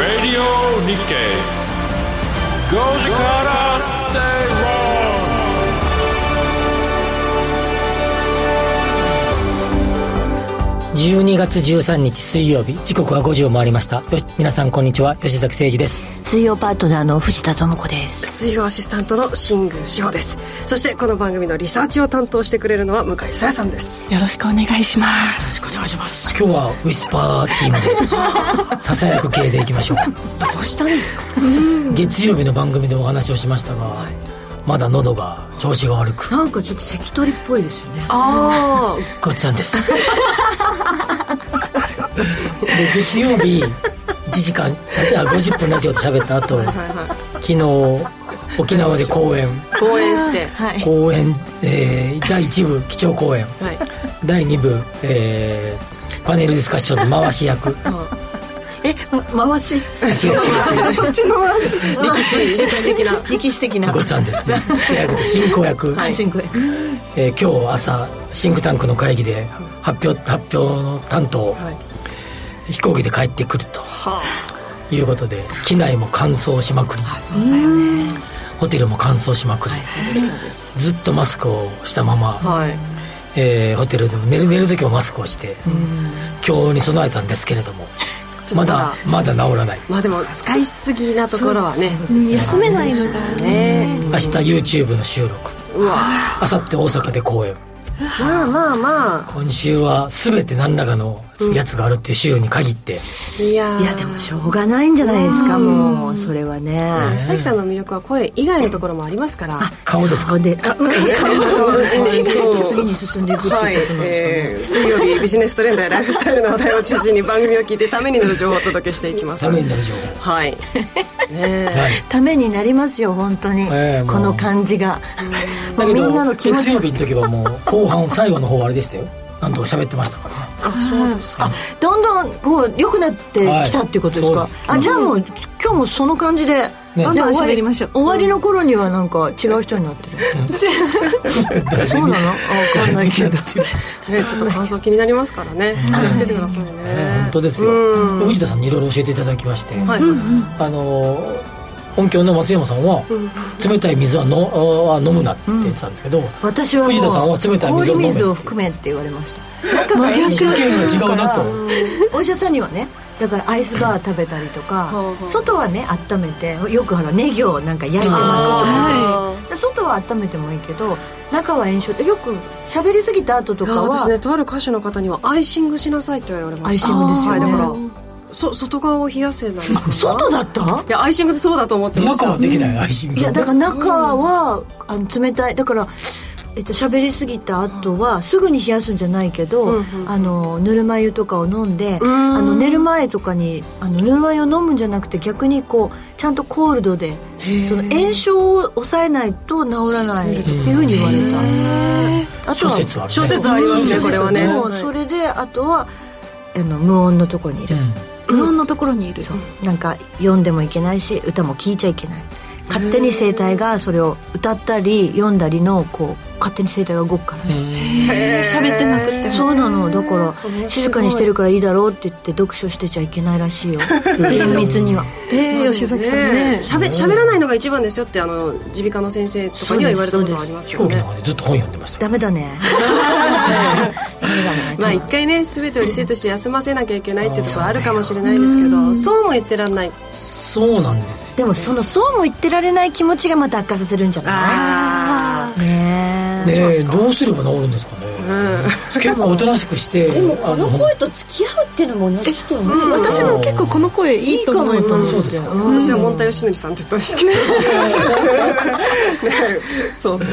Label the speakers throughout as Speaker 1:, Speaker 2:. Speaker 1: Radio Nikkei 5時から正論
Speaker 2: 12月13日水曜日時刻は5時を回りましたよし皆さんこんにちは吉崎誠二です
Speaker 3: 水曜パートナーの藤田智子です
Speaker 4: 水曜アシスタントの新宮志保ですそしてこの番組のリサーチを担当してくれるのは向井沙耶さんです
Speaker 5: よろしくお願いします。
Speaker 2: 今日はウィスパーチーム でささやく系でいきましょう
Speaker 4: どうしたんですか
Speaker 2: 月曜日の番組でお話をしましたが、まだ喉が調子が悪く
Speaker 3: なんかちょっと関取っぽいですよね
Speaker 4: あ
Speaker 2: ごっつぁんですで月曜日1時間あ50分ラジオで喋った後
Speaker 4: あはいは
Speaker 2: 昨日沖縄で公演
Speaker 4: い講演して
Speaker 3: はい
Speaker 2: 公演、えー第1部基調公演
Speaker 4: はい
Speaker 2: 第2部、えーパネルディスカッションの回し 役違
Speaker 3: えま回し
Speaker 2: う違う
Speaker 4: 歴史歴史的な
Speaker 3: 歴史的な
Speaker 2: ごっつぁんですね違う進行役、
Speaker 3: 進行役
Speaker 2: えー今日朝シンクタンクの会議で発表発表の担当、
Speaker 4: はい
Speaker 2: 飛行機で帰ってくると
Speaker 4: は
Speaker 2: いうことで機内も乾燥しまくり
Speaker 3: そうだよね
Speaker 2: ホテルも乾燥しまくり、ずっとマスクをしたまま、
Speaker 4: あはい
Speaker 2: えーホテルでも寝る寝る時もマスクをして今日に備えたんですけれども
Speaker 4: ちょ
Speaker 2: ま
Speaker 4: っと
Speaker 2: だまだ治らない
Speaker 4: まあでも使いすぎなところはね
Speaker 6: 休めないのが
Speaker 4: ね
Speaker 2: 明日 YouTube の収録
Speaker 4: うわ
Speaker 2: 明後日大阪で公演
Speaker 4: まあまあま
Speaker 2: 今週は全て何らかのやつがあるっていう週に限って、
Speaker 4: あいやー
Speaker 3: いやでもしょうがないんじゃないですかもうそれはね
Speaker 4: 吉崎さんの魅力は声以外のところもありますから
Speaker 2: 顔ですか
Speaker 3: そこであ 次に進んでいくっていうことなん
Speaker 4: はい
Speaker 3: ですかね
Speaker 4: えー水曜日ビジネストレンドやライフスタイルの話題を中心に番組を聞いてためになる情報をお届けしていきます
Speaker 2: ためになる情報
Speaker 4: はいね
Speaker 2: はい
Speaker 3: ためになりますよ本当に
Speaker 2: ええもう
Speaker 3: この感じが
Speaker 2: だけ
Speaker 3: もうみんなの
Speaker 2: ど
Speaker 3: 気持
Speaker 2: 月
Speaker 3: ち
Speaker 2: 曜日の時はもう後半最後の方はあれでしたよなんとか喋ってましたからね
Speaker 3: どんどんこう良くなってきたっていうことですか、
Speaker 2: はいそうです
Speaker 3: あじゃあもう今日もその感じで、
Speaker 2: ね
Speaker 3: あ
Speaker 2: バン
Speaker 5: バン
Speaker 3: 終わ
Speaker 5: 喋りましょう
Speaker 3: 終わりの頃にはなんか違う人になってる そう なのあ分かんないけど
Speaker 4: ねちょっと感想気になりますからね気をつけてくださいね
Speaker 2: えー本当ですよ
Speaker 4: うん
Speaker 2: 藤田さんにいろいろ教えていただきまして、
Speaker 4: はい
Speaker 2: あのー音響の松山さんは冷たい水はのあー飲むなって言ってたんですけど、
Speaker 3: 私はもう
Speaker 2: 藤田さんは冷たい水を
Speaker 3: 氷
Speaker 2: 飲め
Speaker 3: 水を含めって言われました仲がい
Speaker 2: 真
Speaker 3: い人
Speaker 2: 剣が違うなと
Speaker 3: お医者さんにはねだからアイスバー食べたりとか外はね温めてよくほらネギをなんか焼いて巻くとかで外は温めてもいいけど中は炎症でよく喋りすぎた後と
Speaker 4: いや
Speaker 3: かは
Speaker 4: 私ねとある歌手の方にはアイシングしなさいって言われました
Speaker 3: アイシングですよね
Speaker 4: はい、だからそ外側を冷やせない
Speaker 3: 外だった
Speaker 4: いやアイシングってそうだと思ってまし
Speaker 2: 中
Speaker 4: た
Speaker 2: はできない配信
Speaker 3: いやだから中はあの冷たいだからえっと喋りすぎた後はすぐに冷やすんじゃないけど、あのぬるま湯とかを飲んであの寝る前とかにあのぬるま湯を飲むんじゃなくて逆にこうちゃんとコールドでその炎症を抑えないと治らないっていうふうに言われたあと
Speaker 2: 諸
Speaker 3: は
Speaker 2: 説あるね
Speaker 4: 諸説ありますね
Speaker 3: うん
Speaker 4: これはね
Speaker 3: もうそれであとはあの無音のとこにいる、
Speaker 5: 無音のところにいる。
Speaker 3: そうなんか読んでもいけないし歌も聴いちゃいけない勝手に声帯がそれを歌ったり読んだりのこう勝手に声帯が動くから、
Speaker 5: 喋ってなくても。
Speaker 3: そうなのだから静かにしてるからいいだろうって言って読書してちゃいけないらしいよ厳密には
Speaker 5: えー、吉崎さん
Speaker 4: ね
Speaker 5: ね。
Speaker 4: しゃべ喋らないのが一番ですよってあの耳鼻科の先生とかには言われたことがあります
Speaker 2: 飛行
Speaker 4: けど
Speaker 2: 機の中
Speaker 4: ね
Speaker 2: でずっと本読んでました
Speaker 3: ダメだ ねダメだね、
Speaker 4: まあ一回ね全てをリセットして休ませなきゃいけないってところはあるかもしれないですけどそうも言ってらんない
Speaker 2: そうなんですよ
Speaker 3: でもそのそうも言ってられない気持ちがまた悪化させるんじゃ
Speaker 4: あ
Speaker 3: ないねえ
Speaker 2: ねえどうすれば治るんですかね、結構おとなしくして
Speaker 3: でもこ
Speaker 2: あ
Speaker 3: の
Speaker 2: の
Speaker 3: 声と付き合うっていうのもねちょっとね
Speaker 5: 私も結構この声い
Speaker 3: いい
Speaker 5: い
Speaker 3: か
Speaker 5: と
Speaker 3: も
Speaker 5: 思いま
Speaker 2: そ
Speaker 5: す。
Speaker 2: うですか
Speaker 4: 私はモンタヨシノリさんって言ったんですけどねそうそうそう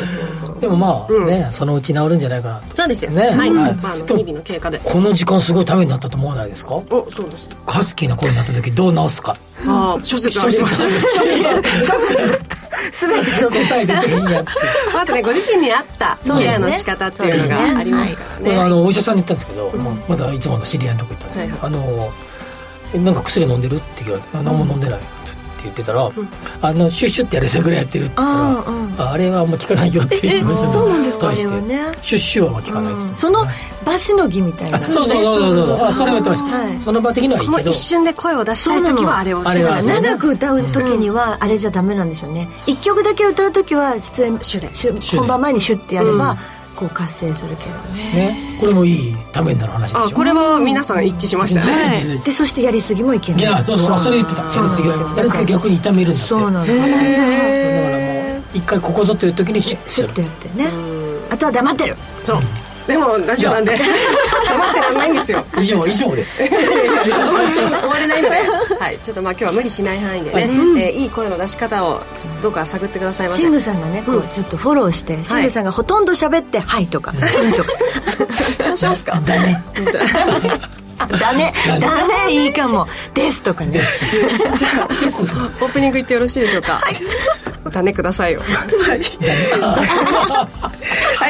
Speaker 4: そう
Speaker 2: でもまあ、ねそのうち治るんじゃないかなと
Speaker 4: そうですよ
Speaker 2: ね
Speaker 4: はい、
Speaker 2: はい
Speaker 4: まあ、あの日々の経過で
Speaker 2: この時間すごいためになったと思わないですか
Speaker 4: おそうです
Speaker 2: ハスキーな声になった時どう直すか
Speaker 4: ああ諸説あります
Speaker 2: 答え出ていいやって
Speaker 4: またねご自身に合った
Speaker 3: う
Speaker 4: ケ
Speaker 3: ですね
Speaker 4: アの仕方っていうのがありますからね
Speaker 2: あのお医者さんに行ったんですけど、まだいつもの知り合いのとこ行ったんですけど、あのえなんか薬飲んでるって言われてあ何も飲んでないって言ってたら、あのシュッシュってやるそれぐらいやってるって言ったら、
Speaker 3: あー
Speaker 2: ああれはあんま聞かないよって言いました
Speaker 3: ええそうなんですか
Speaker 2: 対して
Speaker 3: あれはね
Speaker 2: シュッシュはあんま聞かないって言ってた
Speaker 3: その場しのぎみたいな
Speaker 2: あそうそうそうそうそうあそれも言ってました、
Speaker 3: はい
Speaker 2: その場的にはいい
Speaker 4: もう
Speaker 2: けど
Speaker 4: 一瞬で声を出したい時はあれを
Speaker 2: そうなのあれはね
Speaker 3: 長く歌う時にはあれじゃダメなんですよね一曲だけ歌う時は出演
Speaker 4: シュで
Speaker 3: シュ
Speaker 2: シュで
Speaker 3: 本番前にシュってやればこう活性するけどね
Speaker 2: ねこれもいいためになる話で
Speaker 4: あ
Speaker 2: しょ
Speaker 4: これは皆さん一致しましたね
Speaker 2: ね
Speaker 3: でそしてやりすぎもいけない
Speaker 2: いやそうそうあそれ言ってたやりすぎはやりすぎは逆に痛めるんだって
Speaker 3: そうなんですよ
Speaker 2: だからもう一回ここぞという時にシュッてす
Speaker 3: シュ
Speaker 2: る
Speaker 3: ッとやってねあとは黙ってる
Speaker 4: そうでもラジオなんで黙ってらんないんですよ
Speaker 2: 以上以上です
Speaker 4: 終われないので、はい、ちょっとまあ今日は無理しない範囲でね、えーいい声の出し方をどうか探ってくださいませ
Speaker 3: シングさんがねこうちょっとフォローしてシングさんがほとんど喋って「はい」とか「うん」とか
Speaker 4: そうしますか
Speaker 2: だね
Speaker 3: 「あだねだねいいかもです」とかね
Speaker 4: じゃあオープニングいってよろしいでしょうか種くださいよはい、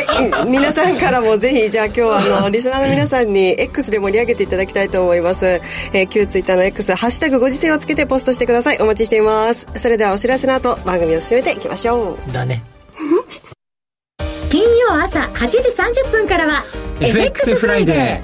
Speaker 4: はい、皆さんからもぜひじゃあ今日はあのリスナーの皆さんに X で盛り上げていただきたいと思います、えー、旧ツイッターの X「ハッシュタグご時世」をつけてポストしてくださいお待ちしていますそれではお知らせの後番組を進めていきましょう
Speaker 2: だね
Speaker 6: 金曜朝8時30分からは
Speaker 7: FX フライデ
Speaker 6: ー
Speaker 7: ー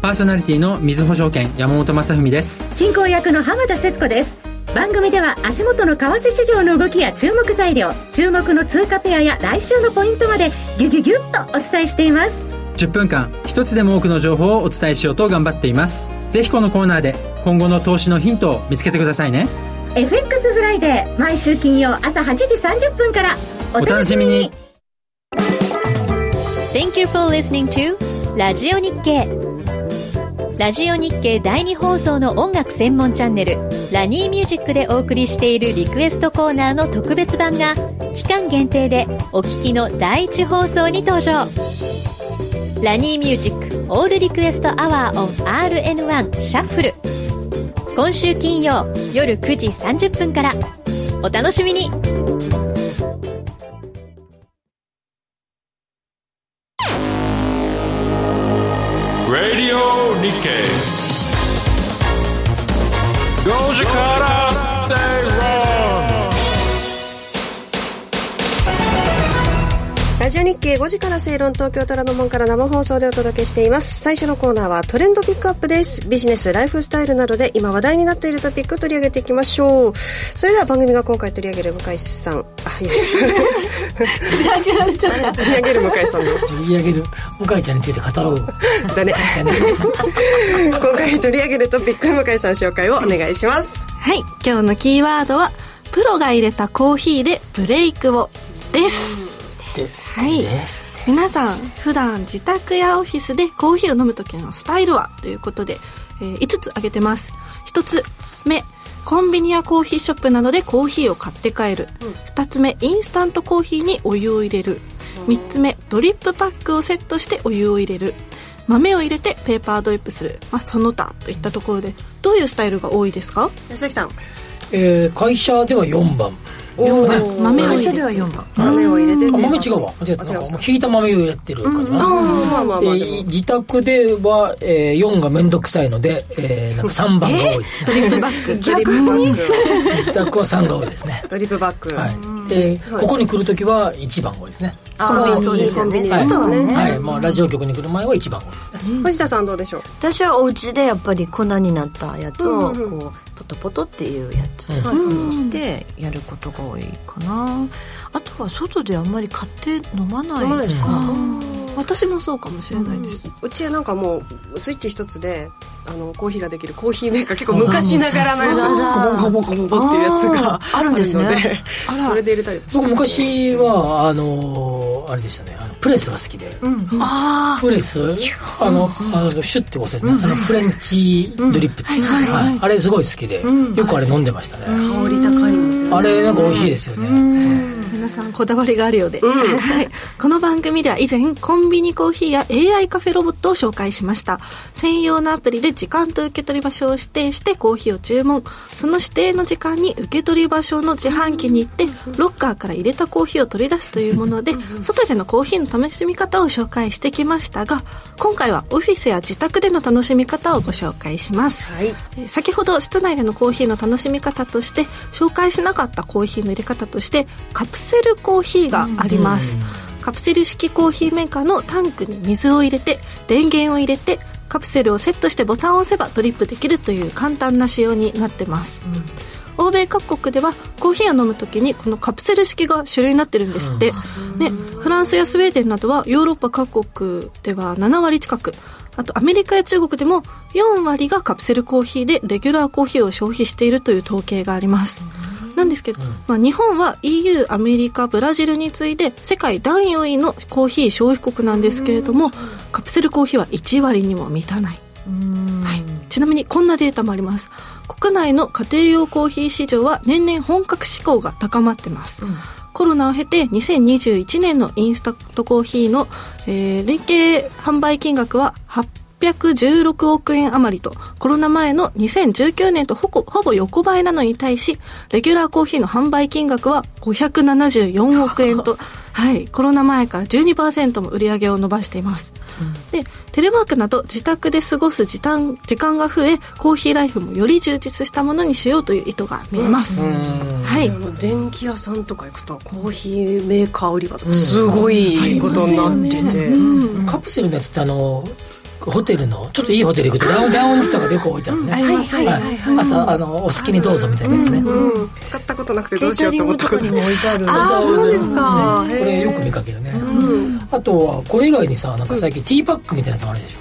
Speaker 7: パーソナリティのみずほ証券山本雅文です
Speaker 6: 進行役の浜田節子です番組では足元の為替市場の動きや注目材料注目の通貨ペアや来週のポイントまでギュギュギュッとお伝えしています
Speaker 7: 10分間一つでも多くの情報をお伝えしようと頑張っていますぜひこのコーナーで今後の投資のヒントを見つけてくださいね
Speaker 6: FX フライデー毎週金曜朝8時30分からお楽しみ
Speaker 7: お楽しみ
Speaker 6: に
Speaker 7: に
Speaker 8: Thank you for listening to ラジオ日経ラジオ日経第2放送の音楽専門チャンネルラニーミュージックでお送りしているリクエストコーナーの特別版が期間限定でお聞きの第1放送に登場ラニーミュージックオールリクエストアワーオン RN1 シャッフル今週金曜夜9時30分からお楽しみに
Speaker 1: Radio Nikkei. Goji Kara Seiron.
Speaker 4: ラジオ日経5時から正論東京虎ノ門から生放送でお届けしています最初のコーナーはトレンドピックアップですビジネスライフスタイルなどで今話題になっているトピックを取り上げていきましょうそれでは番組が今回取り上げる向井さんあいや取り上げる向井さんの
Speaker 2: 釣り上げる向井ちゃんについて語ろう
Speaker 4: だね今回取り上げるトピック向井さん紹介をお願いします
Speaker 5: はい今日のキーワードはプロが入れたコーヒーでブレイクをです
Speaker 2: です
Speaker 5: はい
Speaker 2: です
Speaker 5: 皆さん普段自宅やオフィスでコーヒーを飲む時のスタイルはということで、え5つ挙げてます1つ目コンビニやコーヒーショップなどでコーヒーを買って帰る、2つ目インスタントコーヒーにお湯を入れる3つ目ドリップパックをセットしてお湯を入れる豆を入れてペーパードリップする、まあ、その他といったところでどういうスタイルが多いですか
Speaker 4: 吉崎さん
Speaker 2: えー会社では4番
Speaker 4: お
Speaker 2: ね
Speaker 4: ー
Speaker 5: 豆を入
Speaker 3: 会
Speaker 5: れて
Speaker 3: 社では4番
Speaker 4: 豆を入れて
Speaker 2: あ
Speaker 4: て
Speaker 2: 豆違うわ間違えたなんかもうひいた豆を入れてる感じか
Speaker 4: あ
Speaker 2: な、
Speaker 4: ーまあまあまあ
Speaker 2: え
Speaker 4: でも
Speaker 2: ー自宅では、え4が面倒くさいので、えーなんか3番が多いですね、
Speaker 4: 逆に
Speaker 2: 自宅は3が多いですね
Speaker 4: ドリップバッグ
Speaker 2: はい、でここに来るときは1番が多いですね
Speaker 3: ああそうですよね
Speaker 2: はい、
Speaker 3: あとはね
Speaker 2: はいまあ、ラジオ局に来る前は1番多いですね
Speaker 4: 藤田さんどうでしょう
Speaker 3: 私はお家でやっぱり粉になったやつをこうポトポトっていうやつ
Speaker 2: うん
Speaker 3: にしてやることが多いかなあとは外であんまり買って飲まない
Speaker 4: 飲まないですか
Speaker 5: 私もそうかもしれないです、
Speaker 4: うちなんかもうスイッチ一つであのコーヒーができるコーヒーメーカー結構昔ながらのや
Speaker 3: あもうさすがだ
Speaker 4: つボンコボンコボンコっていうやつが
Speaker 3: あーあるんですね
Speaker 4: あので
Speaker 3: あら
Speaker 4: それで入れたりもして
Speaker 2: 僕昔はあのーあれでしたねあのプレスが好きで、プレスあのあのシュッて押せて、あのフレンチドリップっていう、はいあれすごい好きで、よくあれ飲んでましたね、
Speaker 4: 香り高いんですよ
Speaker 2: あれなんか美味しいですよね、
Speaker 5: 皆さんこだわりがあるようで、はい、この番組では以前コンビニコーヒーや AI カフェロボットを紹介しました専用のアプリで時間と受け取り場所を指定してコーヒーを注文その指定の時間に受け取り場所の自販機に行ってロッカーから入れたコーヒーを取り出すというもので外でのコーヒーの試み方を紹介してきましたが今回はオフィスや自宅での楽しみ方をご紹介します
Speaker 4: はい
Speaker 5: えー先ほど室内でのコーヒーの楽しみ方として紹介しなかったコーヒーの入れ方としてカプセルコーヒーがあります、カプセル式コーヒーメーカーのタンクに水を入れて電源を入れてカプセルをセットしてボタンを押せばドリップできるという簡単な仕様になってます、欧米各国ではコーヒーを飲む時にこのカプセル式が主流になってるんですって、ね、フランスやスウェーデンなどはヨーロッパ各国では7割近くあとアメリカや中国でも4割がカプセルコーヒーでレギュラーコーヒーを消費しているという統計があります、なんですけど、まあ、日本は EU アメリカブラジルに次いで世界第4位のコーヒー消費国なんですけれどもカプセルコーヒーは1割にも満たないはい、ちなみにこんなデータもあります国内の家庭用コーヒー市場は年々本格志向が高まってます、コロナを経て2021年のインスタントコーヒーの、えー累計販売金額は816億円余りとコロナ前の2019年とほこほぼ横ばいなのに対しレギュラーコーヒーの販売金額は574億円と、はい、コロナ前から12%も売り上げを伸ばしていますでテレワークなど自宅で過ごす時短時間が増えコーヒーライフもより充実したものにしようという意図が見えます、はい、
Speaker 4: あの電気屋さんとか行くとコーヒーメーカー売り場とかすごいことになってて、
Speaker 2: カプセルのやつってあのホテルのちょっといいホテル行くと ラウンラウンジとかでよく置いてあるね、はい朝あのお好きにどうぞみたいなやつね、
Speaker 4: うん使ったことなくてどうしようと思ったこと
Speaker 3: にも置いてある
Speaker 4: ああそうですか、
Speaker 2: これよく見かけるね、あとはこれ以外にさなんか最近ティーパックみたいなやつもあるでし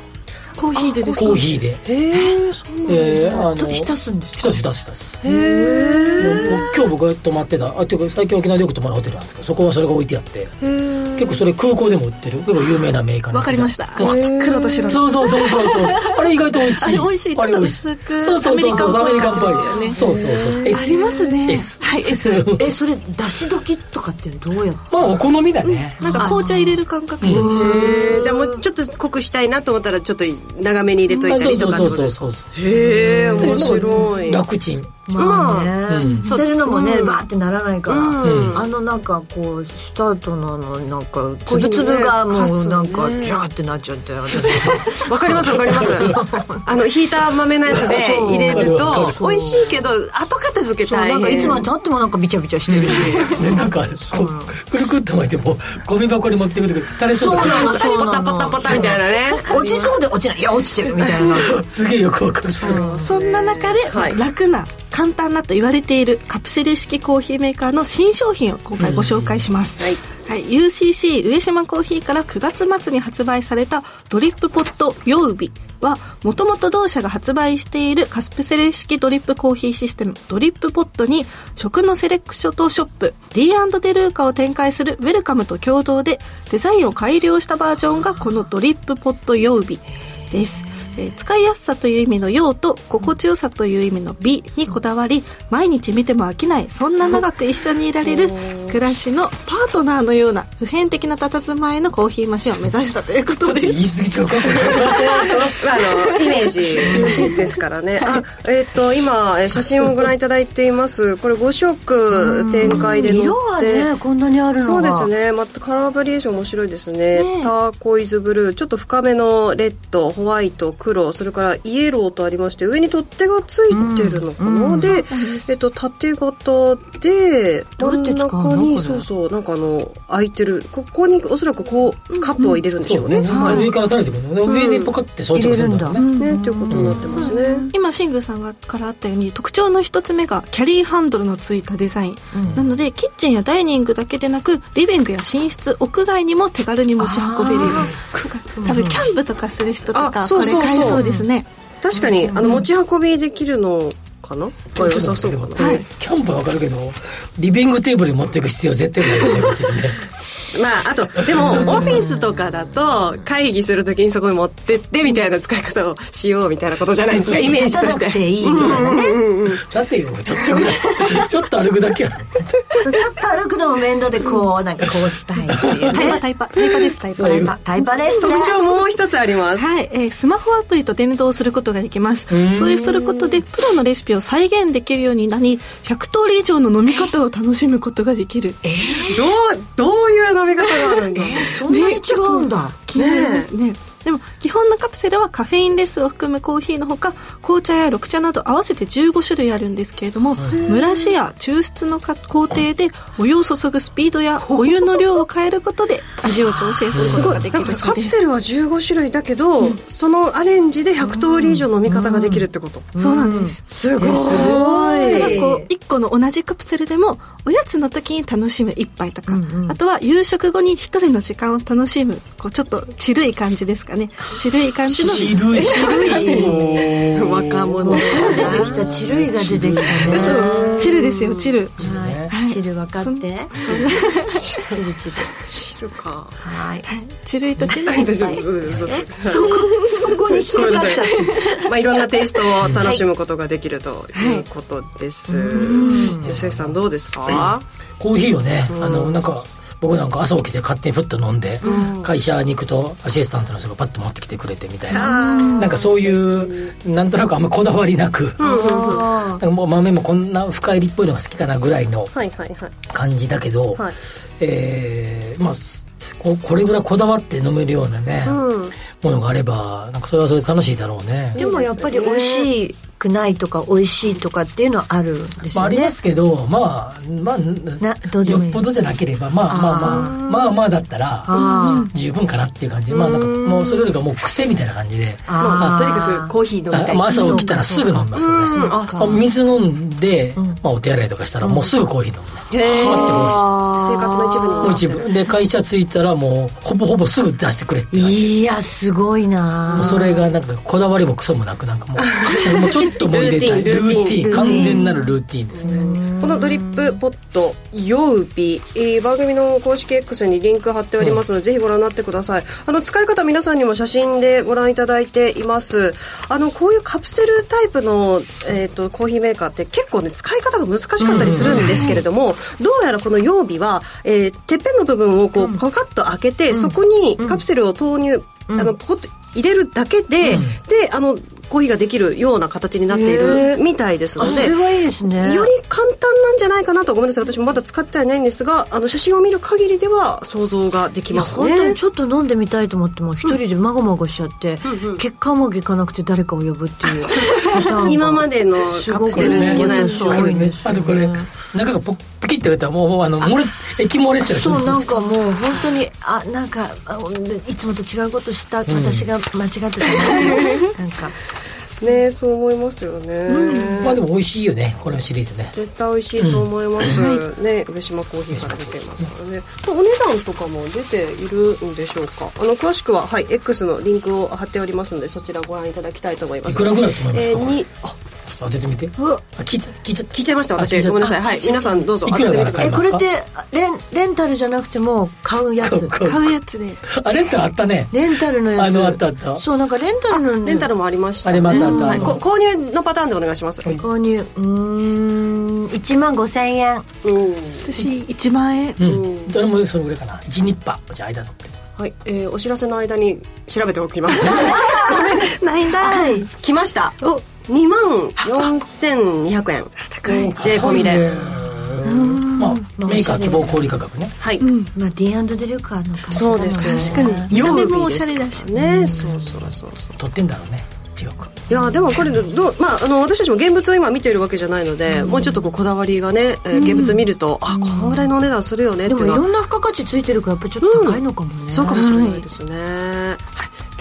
Speaker 2: ょ、
Speaker 5: コーヒーでですか
Speaker 2: コーヒーで
Speaker 4: へえそうなんだ
Speaker 2: であの
Speaker 3: ちょっと浸すんですか
Speaker 2: 一つ一つ一つもう今日僕が泊まってたあていうか最近沖縄でよく泊まるホテルなんですけどそこはそれが置いてあって結構それ空港でも売ってる結構有名なメーカーの
Speaker 5: わ
Speaker 2: やつ
Speaker 5: かりました
Speaker 2: わかった
Speaker 5: 黒と白の
Speaker 2: そうそうそうそうそうあれ意外と美味しい
Speaker 5: あれ美味しい
Speaker 2: あれ美味
Speaker 5: ちょっと薄く
Speaker 2: そうそうそうそう
Speaker 5: ア
Speaker 2: ア
Speaker 5: メ
Speaker 2: メリ
Speaker 5: リ
Speaker 2: カ
Speaker 5: カン
Speaker 2: ン
Speaker 5: パ
Speaker 2: パ
Speaker 5: イ
Speaker 2: イ
Speaker 5: ですよね
Speaker 2: そうそうそう
Speaker 5: ありますね
Speaker 2: S
Speaker 5: はい S
Speaker 3: えそれ出し時とかってどうやっ
Speaker 2: まあお好みだね
Speaker 5: なんか紅茶入れる感覚と一緒
Speaker 4: へーじゃあもうちょっと濃くしたいなと思ったらちょっと長めに入れとい
Speaker 2: あ
Speaker 4: た
Speaker 2: そう
Speaker 4: り
Speaker 2: そ
Speaker 4: と
Speaker 2: う
Speaker 4: か
Speaker 2: そうそうそう
Speaker 4: へえ面白い
Speaker 2: 楽ちん
Speaker 3: てまあ
Speaker 2: う
Speaker 3: ね
Speaker 2: ん
Speaker 3: 捨てるのもねバーってならないから
Speaker 4: うん
Speaker 3: あのなんかこうした後のあのなんか
Speaker 4: コーヒー
Speaker 3: 粒
Speaker 4: ね
Speaker 3: 々がも
Speaker 4: かす
Speaker 3: う
Speaker 4: ね
Speaker 3: なんかジャーってなっちゃって私
Speaker 4: わかりますわかりますあの引いた豆のやつで入れると美味しいけど後片付け
Speaker 3: そう
Speaker 4: 大
Speaker 3: な
Speaker 4: 変
Speaker 3: んかいつまでたってもなんかビチャビチャしてる し
Speaker 2: でなんかこうくるくるって巻いてもうゴミ箱に持ってくるとか垂れそうだ
Speaker 3: そ
Speaker 2: か
Speaker 3: うなの
Speaker 4: パタパタパタみたいなね
Speaker 3: 落ちそうで落ちないいや落ちてるみたいな
Speaker 2: らすげえよくわかるそれ
Speaker 5: そんな中で、
Speaker 4: はい
Speaker 5: 楽な簡単なと言われているカプセル式コーヒーメーカーの新商品を今回ご紹介します、
Speaker 4: はい
Speaker 5: はい、UCC 上島コーヒーから9月末に発売されたドリップポットヨウビはもともと同社が発売しているカプセル式ドリップコーヒーシステムドリップポットに食のセレクションとショップ D&D ルーカを展開するウェルカムと共同でデザインを改良したバージョンがこのドリップポットヨウビです、えー使いやすさという意味の「用」と心地よさという意味の「美」にこだわり毎日見ても飽きないそんな長く一緒にいられる暮らしのパートナーのような普遍的な佇まいのコーヒーマシンを目指したというこ
Speaker 2: ちょ
Speaker 5: と
Speaker 2: っと
Speaker 5: で
Speaker 2: 言い
Speaker 5: す
Speaker 2: 過ぎちゃうかこ
Speaker 4: まああのイメージですからね。あ、えっ、と今えー写真をご覧いただいています。これ5色展開で載
Speaker 3: 色
Speaker 4: っ
Speaker 3: は
Speaker 4: て。
Speaker 3: ねこんなにある
Speaker 4: そ
Speaker 3: の
Speaker 4: うで
Speaker 3: が
Speaker 4: すね、またカラーバリエーション面白いですね
Speaker 5: ねえ
Speaker 4: ターコイズブルーちょっと深めのレッドホワイト黒それからイエローとありまして上に取っ手がついてるのかな、でえっと、縦型で
Speaker 3: どうや
Speaker 4: 真
Speaker 3: って
Speaker 4: ん
Speaker 3: 使うの
Speaker 4: 中に
Speaker 3: これ
Speaker 4: そうそうなんかあの開いてるここにおそらくこうカップを入れるんでしょうね。
Speaker 2: れね上から垂れてくるので上にポカって装
Speaker 3: 入
Speaker 2: 着
Speaker 3: れ
Speaker 2: す
Speaker 3: る
Speaker 2: るん
Speaker 3: ん
Speaker 2: だ
Speaker 3: だ
Speaker 2: ろうね
Speaker 4: ね、ということになってますね。
Speaker 5: 今シングさんがからあったように特徴の一つ目がキャリーハンドルのついたデザイン、なのでキッチンやダイニングだけでなくリビングや寝室屋外にも手軽に持ち運べるように多分キャンプとかする人と
Speaker 4: あ
Speaker 5: か
Speaker 4: そ
Speaker 5: こ
Speaker 4: う
Speaker 5: れ
Speaker 4: そうそう
Speaker 5: 買いそうですね
Speaker 4: 確かに、あの持ち運びできるのかなこれ良さそうかな、
Speaker 2: キャンプはわかるけどリビングテーブルに持っていく必要は絶対ないと思いますよね
Speaker 4: まああとでもオフィスとかだと会議するときにそこに持ってってみたいな使い方をしようみたいなことじゃないですかイメージとし
Speaker 3: 立たなくて
Speaker 4: て
Speaker 3: いいみたいなね、
Speaker 2: 縦よちょっとぐらい ちょっと歩くだけや
Speaker 3: そうちょっと歩くのも面倒でこうなんかこうしたいっていう
Speaker 5: タイパタイパタイパですタイパ
Speaker 3: タイパタイパですね
Speaker 4: 特徴もう一つあります
Speaker 5: はい、えースマホアプリと連動することができますそういうすることでプロのレシピを再現できるようになり100通り以上の飲み方を楽しむことができる
Speaker 4: どうどういう飲み方があるんだ
Speaker 3: そんなに違うんだ
Speaker 5: 気になりますねでも基本のカプセルはカフェインレスを含むコーヒーのほか紅茶や緑茶など合わせて15種類あるんですけれども蒸らしや抽出のか工程でお湯を注ぐスピードやお湯の量を変えることで味を調整することができ
Speaker 4: な
Speaker 5: る
Speaker 4: ん
Speaker 5: そうで
Speaker 4: か
Speaker 5: す
Speaker 4: カプセルは15種類だけど、そのアレンジで100通り以上飲み方ができるってこと、
Speaker 5: そうなんです
Speaker 4: すごい
Speaker 5: だからこう1個の同じカプセルでもおやつの時に楽しむ1杯とか、あとは夕食後に一人の時間を楽しむこうちょっとちるい感じですかねちるい感じの
Speaker 2: るい
Speaker 4: 若 者
Speaker 3: 出てきたチルイが出てきたね
Speaker 5: そうチルですよチル
Speaker 3: はいチル分かってチルチル
Speaker 4: 知るか
Speaker 3: はい
Speaker 5: ちるい時の
Speaker 4: 大丈
Speaker 5: 1
Speaker 4: 夫
Speaker 5: 杯
Speaker 4: です
Speaker 3: そこそこに引っかかっちゃっ
Speaker 4: まあいろんなテイストを楽しむことができるということです、吉崎さんどうですか、
Speaker 2: コーヒーをね、あのなんか僕なんか朝起きて勝手にふっと飲んで、会社に行くとアシスタントの人がパッと持ってきてくれてみたいななんかそういうなんとなくあんまこだわりなく、
Speaker 3: た
Speaker 2: なんかもう豆もこんな深入りっぽいのが好きかなぐらいの
Speaker 4: はいはいはい
Speaker 2: 感じだけど、
Speaker 4: はい
Speaker 2: えーまあここれぐらいこだわって飲めるようなね、
Speaker 4: うん
Speaker 2: ものがあればなんかそれはそれで楽しいだろうね。
Speaker 3: でもやっぱり美味しくないとか美味しいとかっていうのはあるんです
Speaker 2: まあ、
Speaker 3: よ
Speaker 2: あり
Speaker 3: ね
Speaker 2: ますけど、まあ、まあ、
Speaker 3: どうで
Speaker 2: よ
Speaker 3: もいい
Speaker 2: っぽどじゃなければ、まあまあまあ、まあまあだったら、
Speaker 3: あ
Speaker 2: 十分かなっていう感じで、まあなんかもうそれよりかもう癖みたいな感じで、
Speaker 3: あ
Speaker 4: まあ
Speaker 3: あ
Speaker 4: とにかくコーヒー飲みた
Speaker 2: あ
Speaker 4: い
Speaker 2: まあ朝起きたらすぐ飲みますよね。
Speaker 4: うんあ
Speaker 2: あ水飲んで、まあお手洗いとかしたらもうすぐコーヒー飲むね。待ってコーヒ
Speaker 4: 生活の一部に
Speaker 2: ーもう一部。で、会社着いたらもうほぼほぼすぐ出してくれっていう感じ。
Speaker 3: いやすごいな
Speaker 2: もうそれがなんかこだわりもクソもなくなんかもうもうちょっとも入れたい
Speaker 4: ル
Speaker 2: ル
Speaker 4: ー
Speaker 2: ー
Speaker 4: テ
Speaker 2: テ
Speaker 4: ィン
Speaker 2: ィーン完全なるルーティーンですね
Speaker 4: このドリップポット曜日、えー番組の公式 X にリンク貼っておりますので、ぜひご覧になってくださいあの使い方皆さんにも写真でご覧いただいていますあのこういうカプセルタイプの、えー、とコーヒーメーカーって結構ね使い方が難しかったりするんですけれども、どうやらこの曜日は、えーてっぺんの部分をこうパカッと開けて、そこにカプセルを投入、あのポコッと入れるだけで、であのコーヒーができるような形になっているみたいですの
Speaker 3: あ
Speaker 4: で、
Speaker 3: それはいいですね
Speaker 4: より簡単なんじゃないかなとごめんなさい私もまだ使ってはいないんですがあの写真を見る限りでは想像ができ
Speaker 3: いや
Speaker 4: ます
Speaker 3: 本当
Speaker 4: ね
Speaker 3: にちょっと飲んでみたいと思っても一人でまごまごしちゃって、結果うまくいかなくて誰かを呼ぶっていうパターンが
Speaker 4: 今までの
Speaker 3: す
Speaker 4: カ
Speaker 3: ご
Speaker 4: プ
Speaker 3: く
Speaker 4: セル式のやつ
Speaker 3: すごいね
Speaker 2: あとこれ中がポッピキって言ったらもうあの漏れ液漏れてる
Speaker 3: そうなんかもう本当にあなんかあいつもと違うことした私が間違ってたな、なんか
Speaker 4: ねそう思いますよね、
Speaker 2: まあでも美味しいよねこのシリーズね
Speaker 4: 絶対美味しいと思います、ね上島コーヒーから出ていますからねお値段とかも出ているんでしょうかあの詳しくは、はい、X のリンクを貼っておりますのでそちらご覧いただきたいと思います
Speaker 2: いくらぐらいだと思いますか
Speaker 4: えーにあ
Speaker 2: ちょっと当ててみてあ聞いた聞いちゃ
Speaker 4: 聞いちゃいました
Speaker 2: あ聞い
Speaker 4: 私
Speaker 2: ちゃ
Speaker 4: ごめんなさいはい皆さんどうぞ
Speaker 2: いくらから
Speaker 4: 当ててみてくださ
Speaker 2: 買
Speaker 3: え
Speaker 2: いま
Speaker 3: こ
Speaker 2: す
Speaker 3: れ
Speaker 2: か
Speaker 3: ってレンレンタルじゃなくてもう買うやつ
Speaker 2: 買う
Speaker 5: 買うやつで
Speaker 2: あレンタルあったね
Speaker 3: レンタルのやつ
Speaker 2: あのあったあった
Speaker 3: そうなんかレンタルのね
Speaker 4: レンタルもありました
Speaker 2: あれまたあったあ
Speaker 4: はい、こ
Speaker 2: の
Speaker 4: 購入のパターンでお願いします、
Speaker 3: 購入うーん1万5000円
Speaker 4: うん
Speaker 5: 私1万円
Speaker 2: うんどれもそれぐらいかな12パじゃあ間取って
Speaker 4: はい、えーお知らせの間に調べておきます。
Speaker 5: ないんだ
Speaker 3: はい
Speaker 4: 来ました。お、二万四千二百円。高い。税込みで。
Speaker 2: まあメーカー希望小売価格ね
Speaker 4: はい。
Speaker 3: まあ D&D デルカーの会社
Speaker 4: そうですよ。
Speaker 5: 確かに見た目もおしゃれだし
Speaker 4: ね。そうそうそうそう。
Speaker 2: 取ってんだろうね違うか
Speaker 4: いやでもこれどうまああの私たちも現物を今見ているわけじゃないので、もうちょっとこうこだわりがね、えー現物見ると、あこのぐらいのお値段するよねって
Speaker 3: で
Speaker 4: いう
Speaker 3: もい
Speaker 4: の
Speaker 3: ろ
Speaker 4: は
Speaker 3: んな付加価値ついてるからやっぱりちょっと高いのかもね、
Speaker 4: そうかもしれないですね。はい、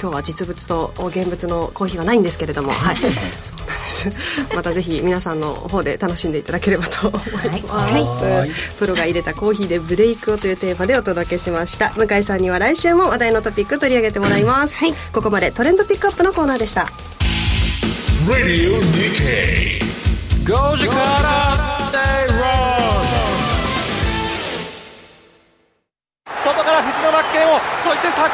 Speaker 4: 今日は実物と現物のコーヒーはないんですけれども、はい。そうなんですまたぜひ皆さんの方で楽しんでいただければと思います、
Speaker 2: はい
Speaker 4: プロが入れたコーヒーでブレイクをというテーマでお届けしました向井さんには来週も話題のトピック取り上げてもらいます、ここまでトレンドピックアップのコーナーでした
Speaker 1: Radio Nikkei. Gojikara Stay Wrong.
Speaker 9: 外側そして桜スー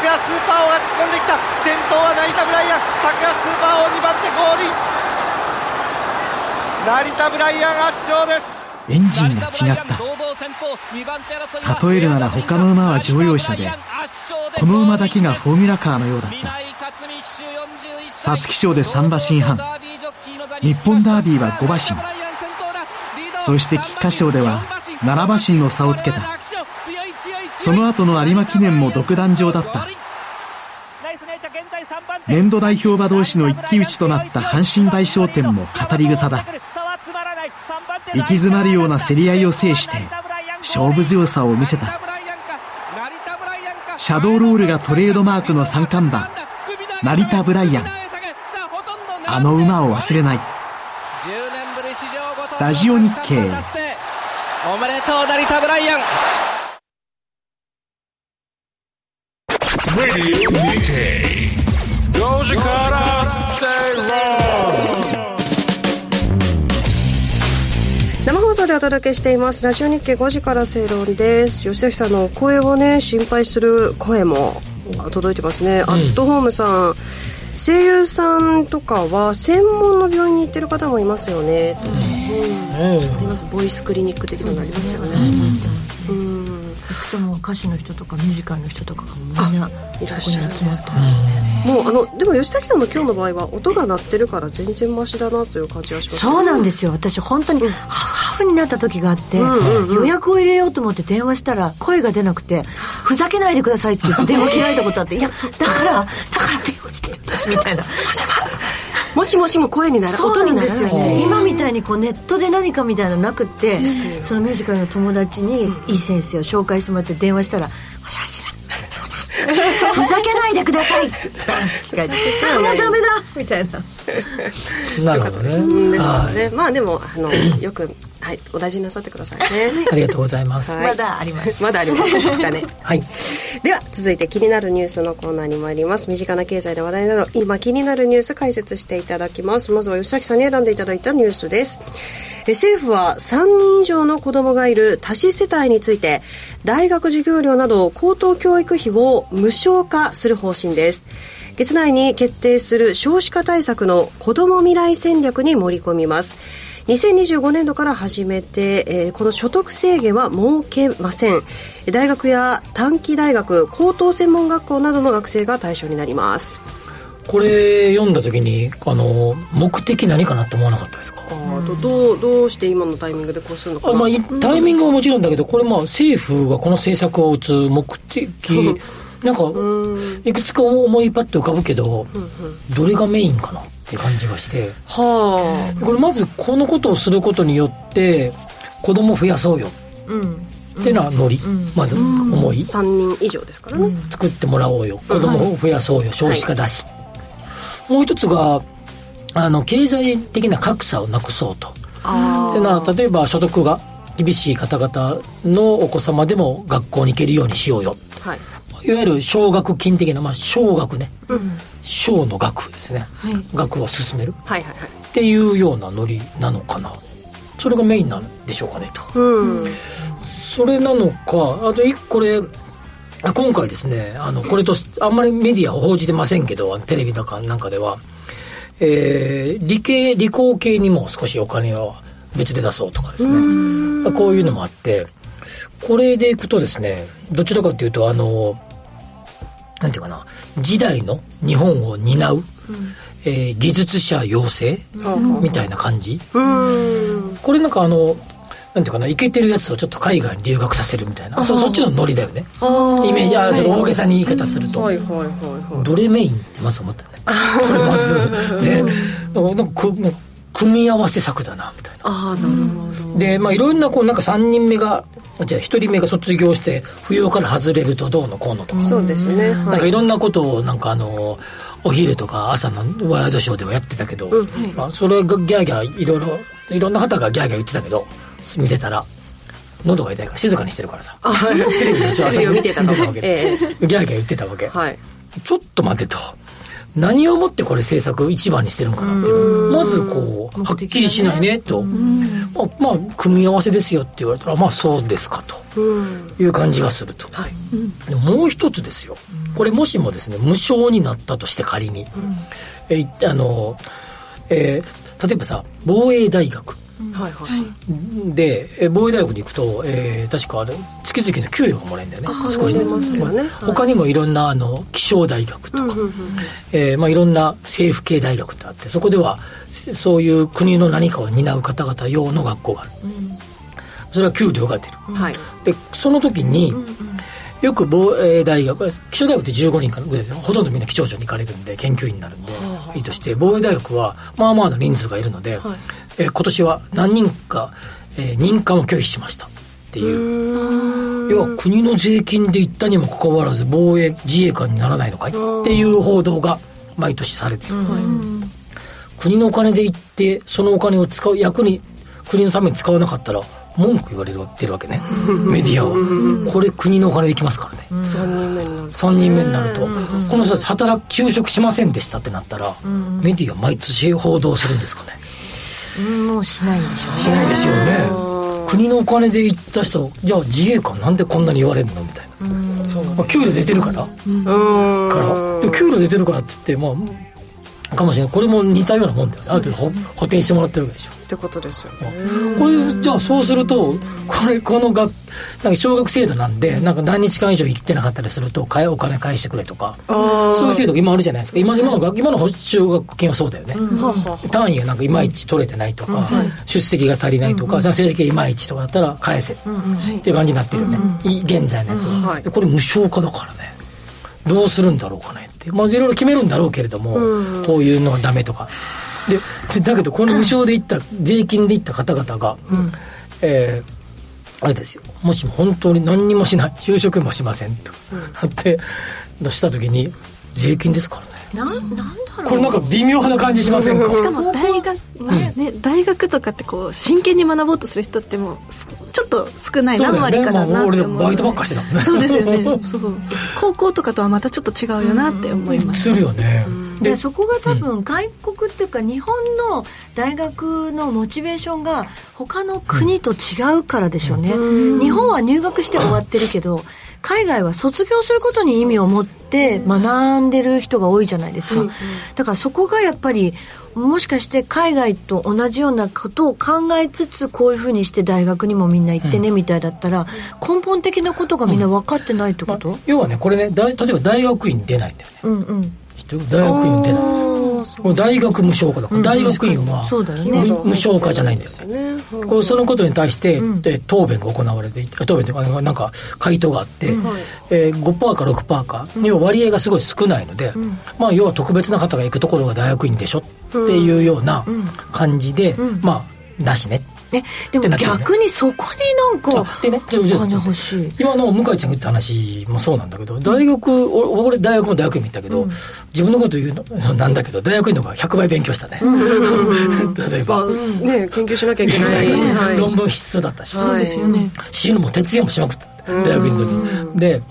Speaker 9: パー王が突っ込んできた先頭は成田ブライアン桜スーパー王2番手合輪成田ブライアン圧勝です
Speaker 10: エンジンが違った例えるなら他の馬は乗用車でこの馬だけがフォーミュラカーのようだった皐月賞で3馬身半日本ダービーは5馬身そして菊花賞では7馬身の差をつけたその後の有馬記念も独壇場だった年度代表馬同士の一騎打ちとなった阪神大賞典も語り草だ行き詰まるような競り合いを制して勝負強さを見せたシャドーロールがトレードマークの三冠馬成田ブライアンあの馬を忘れないラジオ日経
Speaker 11: おめでとう成田ブライアン
Speaker 1: ラジオ日経5時から正論
Speaker 4: 生放送でお届けしていますラジオ日経5時から正論です吉崎さんの声をね心配する声も届いてますね、うん、アットホームさん声優さんとかは専門の病院に行ってる方もいますよね、うん、うん、ありますボイスクリニック的なのありますよね、
Speaker 3: うん、うん、くとも歌手の人とかミュージカルの人とかがみんないらっしゃる集まってますね、
Speaker 4: もうあのでも吉崎さんの今日の場合は音が鳴ってるから全然マシだなという感じはします、ね、
Speaker 3: そうなんですよ私本当にハーフになった時があって、予約を入れようと思って電話したら声が出なくて「ふざけないでください」って言って電話切られたことあって「いやだからだから電話してるんです」みたいな。
Speaker 4: もしもしも声になら音にならない、
Speaker 3: ね、今みたいにこうネットで何かみたいなのなくて、そのミュージカルの友達にいい先生を紹介してもらって電話したら「もしもしふざけないでくださ い。聞かれて、あもうダメだみたいな。
Speaker 2: なるほどね。
Speaker 4: ですからね。まあでもあの よくはいお大事になさってくださいね。
Speaker 2: ありがとうございます。
Speaker 3: まだあります。
Speaker 4: まだあります だね。
Speaker 2: はい。
Speaker 4: では続いて気になるニュースのコーナーに参ります。身近な経済の話題など今気になるニュース解説していただきます。まずは吉崎さんに選んでいただいたニュースです。政府は3人以上の子供がいる多子世帯について大学授業料など高等教育費を無償化する方針です月内に決定する少子化対策の子ども未来戦略に盛り込みます2025年度から始めて、えー、この所得制限は設けません大学や短期大学高等専門学校などの学生が対象になります
Speaker 2: これ読んだ時にあの目的何かなって思わなかったですか
Speaker 4: あとどうどうして今のタイミングでこうするのかな
Speaker 2: まあ、タイミングはもちろんだけどこれまあ政府がこの政策を打つ目的なんかいくつか思いパッと浮かぶけどどれがメインかなって感じがして、
Speaker 4: は
Speaker 2: あ、これまずこのことをすることによって子供増やそうよ、うんっていうのはノリ、うん、まず思い、うん、
Speaker 4: 3人以上ですからね
Speaker 2: 作ってもらおうよ子供を増やそうよ、少子化だし、はいもう一つが、あの、経済的な格差をなくそうと。でな例えば所得が厳しい方々のお子様でも学校に行けるようにしようよ。はい、いわゆる奨学金的な、まあ、奨学ね。奨、うん、の学ですね。はい、学を進める。
Speaker 4: はいはいはい。
Speaker 2: っていうようなノリなのかな。それがメインなんでしょうかねと。うん、それなのか、あと一個これ、今回ですね、あの、これと、あんまりメディアを報じてませんけど、テレビとかなんかでは、えー、理系、理工系にも少しお金を別で出そうとかですね、こういうのもあって、これでいくとですね、どちらかというと、あの、なんていうかな、時代の日本を担う、うん、えー、技術者養成、みたいな感じ。これなんかあの、なんていうかな、イケてるやつをちょっと海外に留学させるみたいな、そそっちのノリだよね。イメージ、あちょっと大げさに言い方すると。どれメインってまず思ったね。これまず、ね、なんかなんか組み合わせ策だな、みたいな。
Speaker 4: あなるほど。
Speaker 2: で、まあいろんな、こう、なんか3人目が、じゃあ1人目が卒業して、扶養から外れるとどうのこうのとか。
Speaker 4: そうですね。はい、
Speaker 2: なんかいろんなことを、なんかあの、お昼とか朝のワイドショーではやってたけど、うん、まあ、それがギャーギャーいろいろいろんな方がギャーギャー言ってたけど見てたら喉が痛いから静かにしてるからさ
Speaker 4: テレビの朝
Speaker 2: 見てたわけ、えー、ギャーギャー言ってたわけ、
Speaker 4: はい、
Speaker 2: ちょっと待てと何をもってこれ政策一番にしてるのかなっていうまずこうはっきりしないねとまあ、まあ組み合わせですよって言われたらまあそうですかという感じがすると、でもう一つですよこれもしもですね無償になったとして仮に、えいあの、えー例えばさ防衛大学
Speaker 12: はいはい
Speaker 2: でえー防衛大学に行くと、えー確かあれ月々の給料がもらえるんだよね
Speaker 12: あ
Speaker 2: 少し
Speaker 12: もらえますよねはい
Speaker 2: 他にもいろんなあの気象大学
Speaker 12: うんうんうん
Speaker 2: えーまあ、いろんな政府系大学ってあってそこではせそういう国の何かを担う方々用の学校があるそれは給料が出る
Speaker 12: はい
Speaker 2: でその時によく防衛大学気象大学って15人かぐらいですよほとんどみんな気象庁に行かれるんで研究員になるんでいいとして防衛大学はまあまあの人数がいるので、えー今年は何人か、えー任官を拒否しましたっていう要は国の税金で行ったにもかかわらず防衛自衛官にならないのかいっていう報道が毎年されてる、国のお金で行ってそのお金を使う役に国のために使わなかったら文句言われてるわけねメディアはこれ国のお金で行きますからね
Speaker 12: 3人目になる
Speaker 2: 3人目になると、この人たち働く休職しませんでしたってなったら、メディア毎年報道するんですかね
Speaker 3: うんもうしないんでしょう
Speaker 2: しないでしょうね国のお金で行った人じゃあ自衛官なんでこんなに言われるのみたいなまあ、給料出てるからからで給料出てるからっつってまあかもしれないこれも似たようなもんだよねある程度ほ補填してもらってるわけでしょ
Speaker 12: ってことですよね
Speaker 2: これじゃあそうするとこれこの学なんか小学制度なんでなんか何日間以上生きてなかったりすると買えお金返してくれとかそういう制度が今あるじゃないですか今今の学今の奨学金はそうだよね、単位がなんかいまいち取れてないとか、出席が足りないとか、その成績がいまいちとかだったら返せっていう感じになってるよね、い現在のやつは、でこれ無償化だからねどうするんだろうかねってまあいろいろ決めるんだろうけれども、こういうのはダメとかででだけどこの無償でいった、税金でいった方々が、えーあれですよもしも本当に何にもしない就職もしませんと、なってした時に税金ですからね
Speaker 3: なんなんだろう
Speaker 2: これなんか微妙な感じしませんか
Speaker 5: しかも大学、ね、大学とかってこう真剣に学ぼうとする人ってもうすちょっと少ない
Speaker 2: そうだよ
Speaker 5: 何
Speaker 2: ね
Speaker 5: 割かだなって思う
Speaker 2: まあ俺らバイトばっかしてたもんね
Speaker 5: そうですよねそう高校とかとはまたちょっと違うよなって思います
Speaker 2: るよね、
Speaker 3: でそこが多分外国っていうか日本の大学のモチベーションが他の国と違うからでしょうね、日本は入学して終わってるけど海外は卒業することに意味を持って学んでる人が多いじゃないですか、だからそこがやっぱりもしかして海外と同じようなことを考えつつこういうふうにして大学にもみんな行ってねみたいだったら根本的なことがみんな分かってないってこと、
Speaker 2: 要はねこれね大例えば大学院出ないんだよね
Speaker 3: うんうん
Speaker 2: 知ってる大学院出ないんですよこれ大学無償化だから、大学院は
Speaker 3: そうだよね
Speaker 2: 無無償化じゃないんだよねこうそのことに対して、え答弁が行われていて答弁というかあのなんか回答があって、えー5%か6%か要は割合がすごい少ないので、まあ要は特別な方が行くところが大学院でしょっていうような感じで、まあなしね
Speaker 3: ね、で
Speaker 2: って
Speaker 3: も
Speaker 2: なってるね
Speaker 3: 逆にそこになんか
Speaker 2: あでねじゃあじゃあ
Speaker 3: お金欲しい
Speaker 2: 今の向井ちゃんが言った話もそうなんだけど大学、お俺大学も大学院も行ったけど、自分のこと言うのなんだけど大学院の方が100倍勉強したね、 例えば、
Speaker 12: ね研究しなきゃいけないはい
Speaker 2: 論文必須だったし、
Speaker 12: そうですよね
Speaker 2: 死ぬも徹夜もしまくった大学院の時で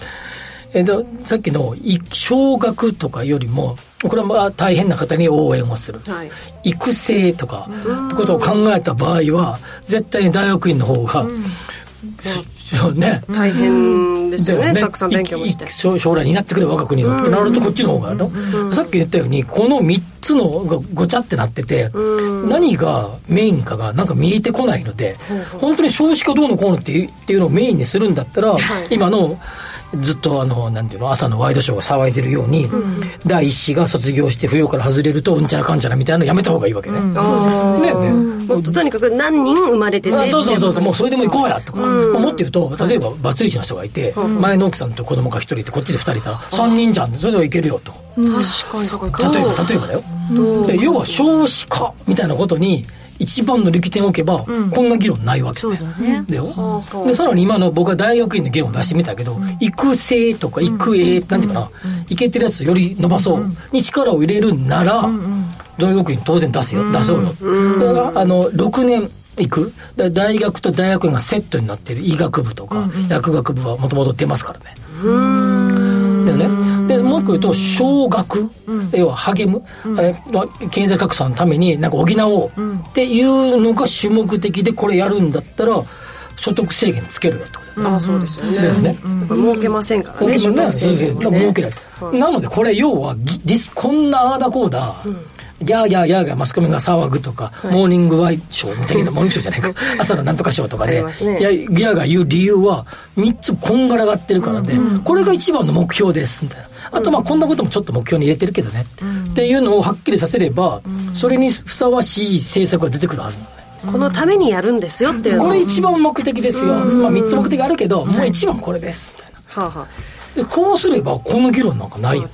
Speaker 2: えっとさっきのい小学とかよりもこれはまあ大変な方に応援をする、
Speaker 12: はい
Speaker 2: 育成とかってことを考えた場合は絶対に大学院の方が、そう ね、
Speaker 12: 大変ですよ
Speaker 2: だ
Speaker 12: ねたくさん勉強もして
Speaker 2: いい将将来になってくれ我が国はってなるとこっちの方がのさっき言ったようにこの3つのがごちゃってなってて何がメインかがなんか見えてこないので本当に少子化どうのこうのっていうっていうのをメインにするんだったら今のずっとあのなんていうの朝のワイドショーが騒いでるように第一子が卒業して扶養から外れるとうんちゃらかんちゃらみたいなのやめた方がいいわけね。
Speaker 12: そう
Speaker 2: だよね
Speaker 12: もっととにかく何人生まれて
Speaker 2: あ
Speaker 12: て
Speaker 2: そうそうそうそうもうそれでも行こうやとか、まあもっと言うと例えばバツイチの人がいて、前の奥さんと子供が一人いてこっちで二人いたら3人じゃんそれではいけるよと
Speaker 12: 確かに
Speaker 2: 例えば例えばだよで要は少子化みたいなことに一番の力点を置けば、こんな議論ないわけ
Speaker 3: そうだね
Speaker 2: だよでさらに今の僕は大学院の議論を出してみたけど、育成とか育英、なんていうかな、いけてるやつをより伸ばそうに力を入れるなら、大学院当然出せよ、出そうよ、だからあの6年行くだ大学と大学院がセットになってる医学部とか、薬学部はもともと出ますからね、でよね。で、もう一個言うと、少額、要は励む、えー経済格差のためになんか補おうっていうのが主目的でこれやるんだったら、所得制限つけるよってことだよね。
Speaker 4: ああそうですよね
Speaker 2: そうだね。
Speaker 4: やっぱ儲けませんからね
Speaker 2: 儲け
Speaker 4: 所
Speaker 2: ない
Speaker 4: 得制限はね
Speaker 2: 儲けない、なのでこれ要はぎディスこんなああだこうだ、ギャーギャーギャーギャーマスコミが騒ぐとか、モーニングワイショーみたいなモーニングショーじゃ ないか朝のなんとかショーとか
Speaker 4: あ
Speaker 2: で、
Speaker 4: りますね
Speaker 2: いやギャーが言う理由は3つこんがらがってるからで、これが一番の目標ですみたいなあとまあこんなこともちょっと目標に入れてるけどね、っていうのをはっきりさせれば、それにふさわしい政策が出てくるはずなんだよ
Speaker 4: このためにやるんですよっていうの
Speaker 2: これ一番目的ですよ、まあ、3つ目的あるけど、もう一番これですみたいな。
Speaker 4: はあはあ
Speaker 2: でこうすればこの議論なんかないよね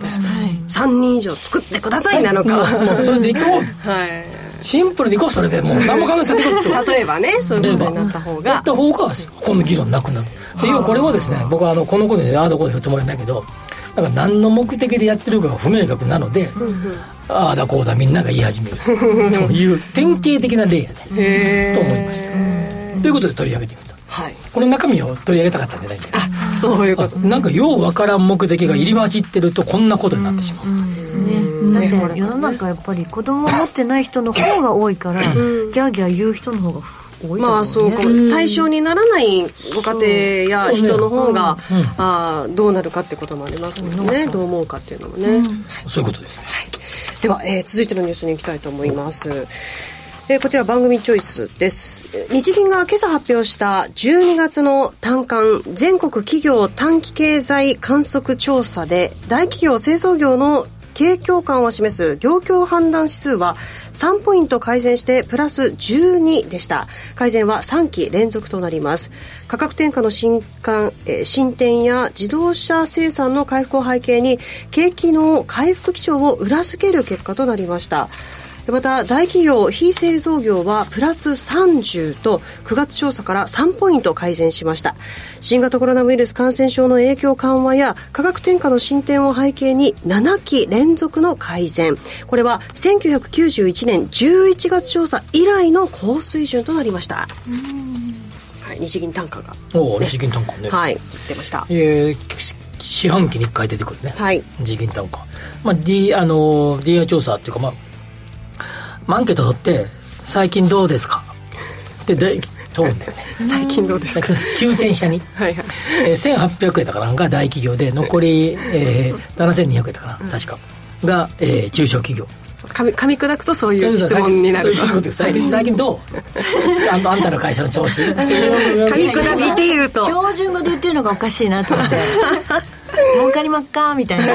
Speaker 4: 3人以上作ってくださいなのか
Speaker 2: もうもうそれでいこう
Speaker 4: はい
Speaker 2: シンプルでいこうそれでもう何も考えさせてくる
Speaker 4: 例えばねそういうことになった方
Speaker 2: や
Speaker 4: が
Speaker 2: った方がこの議論なくなるで要はこれはですね僕はあのこのことにああだこうだ言うつもりなんだけどなんか何の目的でやってるかが不明確なので、ああだこうだみんなが言い始めるという典型的な例やねと思いましたということで取り上げてみた
Speaker 4: はい
Speaker 2: この中身を取り上げたかったんじゃないんです
Speaker 4: あそういうこと
Speaker 2: なんかようわからん目的が入り混じってるとこんなことになってしまう、
Speaker 3: だって世の中やっぱり子供を持ってない人の方が多いから、ギャーギャー言う人の方が多いだろうね
Speaker 4: まあそうか対象にならないご家庭や人の方があーどうなるかってこともありますもんねどう思うかっていうのもね
Speaker 2: そういうことですね
Speaker 4: では、えー続いてのニュースに行きたいと思います。えーこちら番組チョイスです。えー日銀が今朝発表した12月の短観全国企業短期経済観測調査で大企業製造業の景況感を示す業況判断指数は3ポイント改善してプラス12でした改善は3期連続となります価格転嫁の新刊えー進展や自動車生産の回復を背景に景気の回復基調を裏付ける結果となりましたまた大企業非製造業はプラス30と9月調査から3ポイント改善しました新型コロナウイルス感染症の影響緩和や価格転嫁の進展を背景に7期連続の改善これは1991年11月調査以来の高水準となりましたはい、日銀単価が、
Speaker 2: おお日銀単価ね、
Speaker 4: はい出ました
Speaker 2: えーき四半期に1回出てくるね、
Speaker 4: はい
Speaker 2: 日銀単価、まあ D あのー DI 調査っていうか、まあ、まあアンケート取って「最近どうですか?」ってで問うんだよね
Speaker 4: 最近どうですか
Speaker 2: 9000社に、
Speaker 4: はいはい
Speaker 2: えー、1800円だからなんか大企業で残り、えー、7200円だから確か、が、えー中小企業
Speaker 4: 噛み噛み砕くとそういう質問になる
Speaker 2: そういうことです最近最近どうあんあんたの会社の調子
Speaker 4: 噛み砕いて言うと
Speaker 3: 標準語で言ってるのがおかしいなと思って儲かりまっかみたいな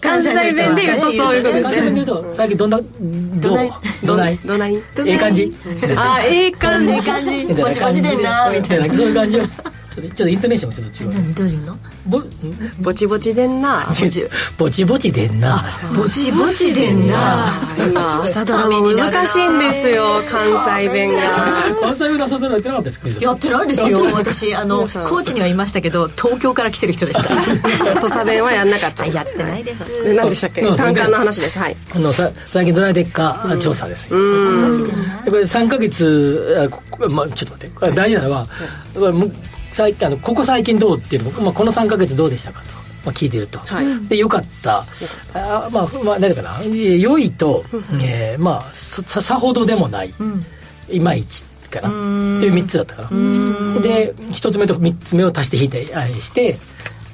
Speaker 4: 関西弁で言うとそういうことです
Speaker 2: 関西弁で言うと最近どんなどうど
Speaker 4: ど
Speaker 2: な
Speaker 4: ないいどない
Speaker 2: ええ感じ
Speaker 4: あええ
Speaker 3: こ
Speaker 4: 感
Speaker 3: ん
Speaker 4: じ
Speaker 3: な感じ
Speaker 2: みた
Speaker 3: こ
Speaker 2: いな
Speaker 3: ちこ
Speaker 2: 感
Speaker 3: ち
Speaker 2: じで
Speaker 3: でんなみたいな
Speaker 2: なそういう感じをちょっとちょっとイントネーションもちょっと違う
Speaker 3: 何どういうの
Speaker 2: ぼ
Speaker 4: ぼちぼちでんな
Speaker 2: ぼちぼちでんな
Speaker 3: ぼちぼちでんな
Speaker 4: 今朝ドラマ難しいんですよ関西弁が
Speaker 2: 関西弁の朝ドラやってなかったですか
Speaker 3: やってないですよ私あの
Speaker 4: 皆さん
Speaker 3: 高知にはいましたけど東京から来てる人でした
Speaker 4: 土佐弁はやんなかった
Speaker 3: あやってないです
Speaker 4: で何でしたっけ
Speaker 2: うん
Speaker 4: 単価の話ですはい
Speaker 2: あのさ最近どないでっか、調査ですよでこれ3か月あここ、まあ、ちょっと待ってこれ大事なのは、もう最近あのここ最近どうっていうのも、まあ、この3か月どうでしたかと、まあ、聞いてると、でよかったあまあふまあ何だかなえ良いと、えーまあそささほどでもない、いまいちかなっていう3つだったからで1つ目と3つ目を足して引いてあして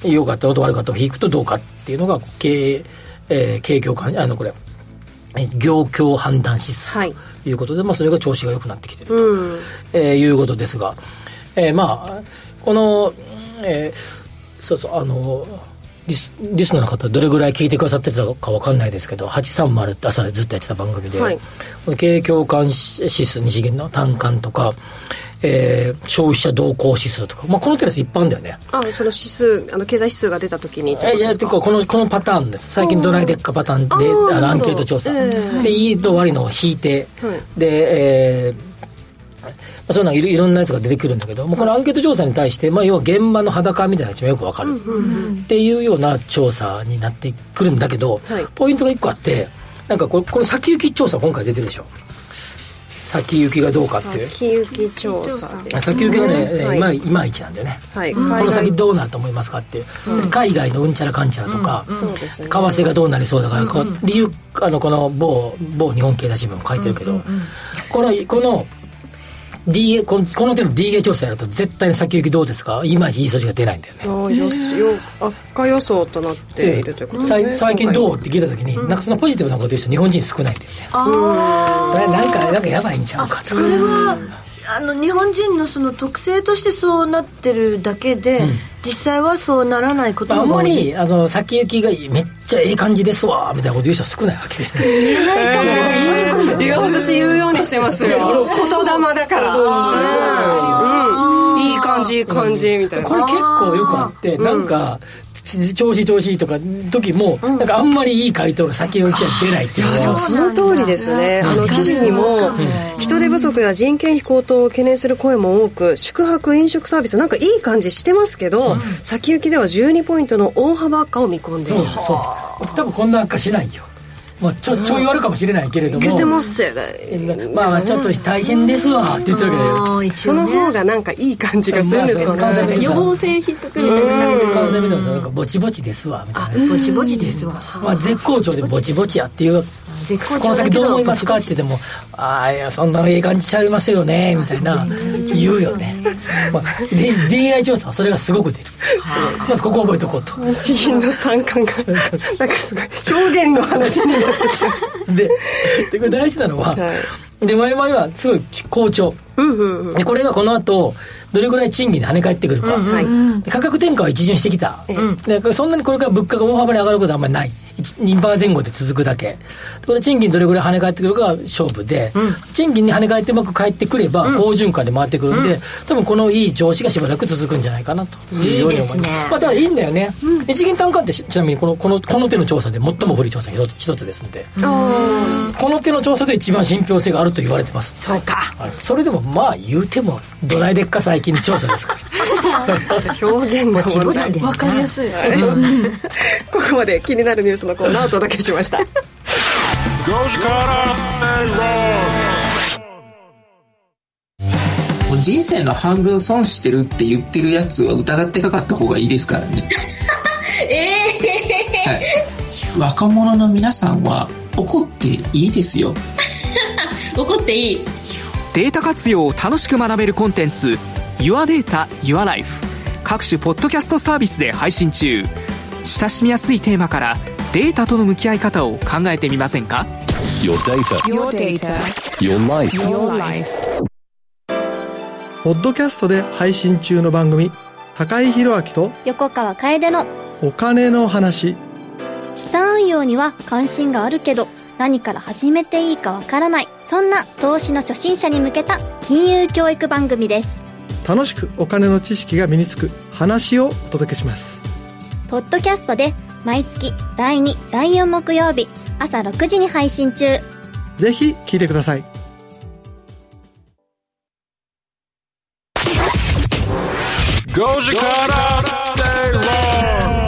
Speaker 2: 良かったと悪かったを引くとどうかっていうのが経営、えー、経況感あのこれえ業況判断指数
Speaker 4: はい
Speaker 2: ということで、まあ、それが調子が良くなってきてると、
Speaker 4: うん
Speaker 2: えーいうことですが、えーまあこの、えーそうそうあのリスリスナーの方どれぐらい聞いてくださってたかわかんないですけど830って朝ずっとやってた番組で、
Speaker 4: はい
Speaker 2: この景況感指数日銀の単感とか、えー消費者動向指数とか、まあ、このテラス一般だよね
Speaker 4: あその指数あの経済指数が出た時に
Speaker 2: えじゃあこのこのパターンです最近ドライデッカパターンで
Speaker 4: うんあー
Speaker 2: あの
Speaker 4: な
Speaker 2: ア
Speaker 4: る
Speaker 2: ン
Speaker 4: ほど
Speaker 2: ケート調査、
Speaker 4: え
Speaker 2: でいいと悪いのを引いて、
Speaker 4: は
Speaker 2: で、えーまあそういうのがいろいろんなやつが出てくるんだけど、もうこのアンケート調査に対して、まあ、要は現場の裸みたいなやつもよくわかる、っていうような調査になってくるんだけど、
Speaker 4: はい
Speaker 2: ポイントが一個あってなんかこれこの先行き調査今回出てるでしょ先行きがどうかっていう
Speaker 4: 先行き調査ですね
Speaker 2: 先行きがね、えー
Speaker 4: はい
Speaker 2: いまい、いまいちなんだよね、
Speaker 4: はい
Speaker 2: こ
Speaker 4: 海外
Speaker 2: の先どうなると思いますかっていう、
Speaker 4: うん
Speaker 2: 海外のうんちゃらかんちゃらとか、
Speaker 4: うんそうですね
Speaker 2: 為替がどうなりそうだから、こう理由あのこの某某日本経済新聞も書いてるけど、このこの DA このこの手の DA 調査やると絶対に先行きどうですかいまいちいい数字が出ないんだよね
Speaker 4: あーよよ悪化予想となっているということですね
Speaker 2: 最最近どうって
Speaker 4: 今
Speaker 2: 聞いた時に、なんかそのポジティブなこと言う人日本人少ないんだよね
Speaker 3: あ
Speaker 2: ななんかなんかやばいんちゃうかと
Speaker 3: それはあの日本人のその特性としてそうなってるだけで、実際はそうならないこと
Speaker 2: あん
Speaker 3: も
Speaker 2: ま
Speaker 3: 多い
Speaker 2: りあの先行きがめっちゃええ感じですわみたいなこと言う人少ないわけですね
Speaker 12: えーいや私言うようにしてますよ言霊だからうんうんいい感じいい感じみたいな
Speaker 2: これ結構よくあってなんか、ち調子調子いいとか時も、なんかあんまりいい回答が先行きは出ないっていうの
Speaker 4: で
Speaker 2: が
Speaker 4: もその通りですねあの記事にも人手不足や人件費高騰を懸念する声も多く宿泊飲食サービスなんかいい感じしてますけど、先行きでは12ポイントの大幅悪化を見込んで
Speaker 2: そ
Speaker 4: いる
Speaker 2: うそう多分こんな悪化しないよ、まあ、ちょちょい悪かもしれないけれども
Speaker 4: いけてますよね
Speaker 2: まあまあちょっと大変ですわって言ってるわけだよ
Speaker 4: その方がなんかいい感じがするんですか
Speaker 2: まあそう
Speaker 4: ね
Speaker 2: 予防
Speaker 3: 性ひっく
Speaker 2: 関西弁でもさなんかぼちぼちですわみたいな
Speaker 3: ぼちぼちですわ
Speaker 2: まあ、絶好調でぼちぼちやっていう
Speaker 3: 絶好調だけ
Speaker 2: この先ど
Speaker 3: ど
Speaker 2: う思いますかって言っても「ああいやそんなええ感じちゃいますよね」みたいな言うよね、まあ、D- DI 調査はそれがすごく出るまずここ覚えとこうと
Speaker 4: 日銀の単価がなんかすごい表現の話になってきまし
Speaker 2: ででこれ大事なのは、で前々はすごい好調でこれがこの後どれぐらい賃金で跳ね返ってくるか、
Speaker 4: うんはい
Speaker 2: で価格転嫁は一巡してきた、でこれそんなにこれから物価が大幅に上がることはあんまりない1 2%前後で続くだけでこれ賃金どれぐらい跳ね返ってくるかが勝負で、賃金に跳ね返ってうまく返ってくれば好循環で回ってくるんで、多分このいい調子がしばらく続くんじゃないかなと
Speaker 3: いいですね
Speaker 2: ように思いますまあ、ただいいんだよね、一元単価ってちちなみにこのこのこの手の調査で最も古い調査の一つ一つですんでこの手の調査で一番信憑性があると言われてますそうかそれでもまあ言うてもどないでっか最近の調査ですから
Speaker 4: た表現の問題
Speaker 5: わかりやすい。
Speaker 4: ここまで気になるニュースのコーナーをお届けしました
Speaker 13: もう人生の半分損してるって言ってるやつは疑ってかかった方がいいですからね。
Speaker 14: え
Speaker 13: はい若者の皆さんは怒っていいですよ。
Speaker 14: ー、怒っていい
Speaker 15: データ活用を楽しく学べるコンテンツ「YourData YourLife」各種ポッドキャストサービスで配信中親しみやすいテーマからデータとの向き合い方を考えてみませんか
Speaker 1: Your data.
Speaker 16: Your data.
Speaker 1: Your life.
Speaker 16: Your life.
Speaker 17: ポッドキャストで配信中の番組、高井宏明と
Speaker 18: 横川楓の
Speaker 17: お金の話、
Speaker 18: 資産運用には関心があるけど何から始めていいかわからないそんな投資の初心者に向けた金融教育番組です
Speaker 17: 楽しくお金の知識が身につく話をお届けします。
Speaker 18: ポッドキャストで毎月第2第4木曜日朝6時に配信中
Speaker 17: ぜひ聞いてください。
Speaker 1: Goji Kara Seiron.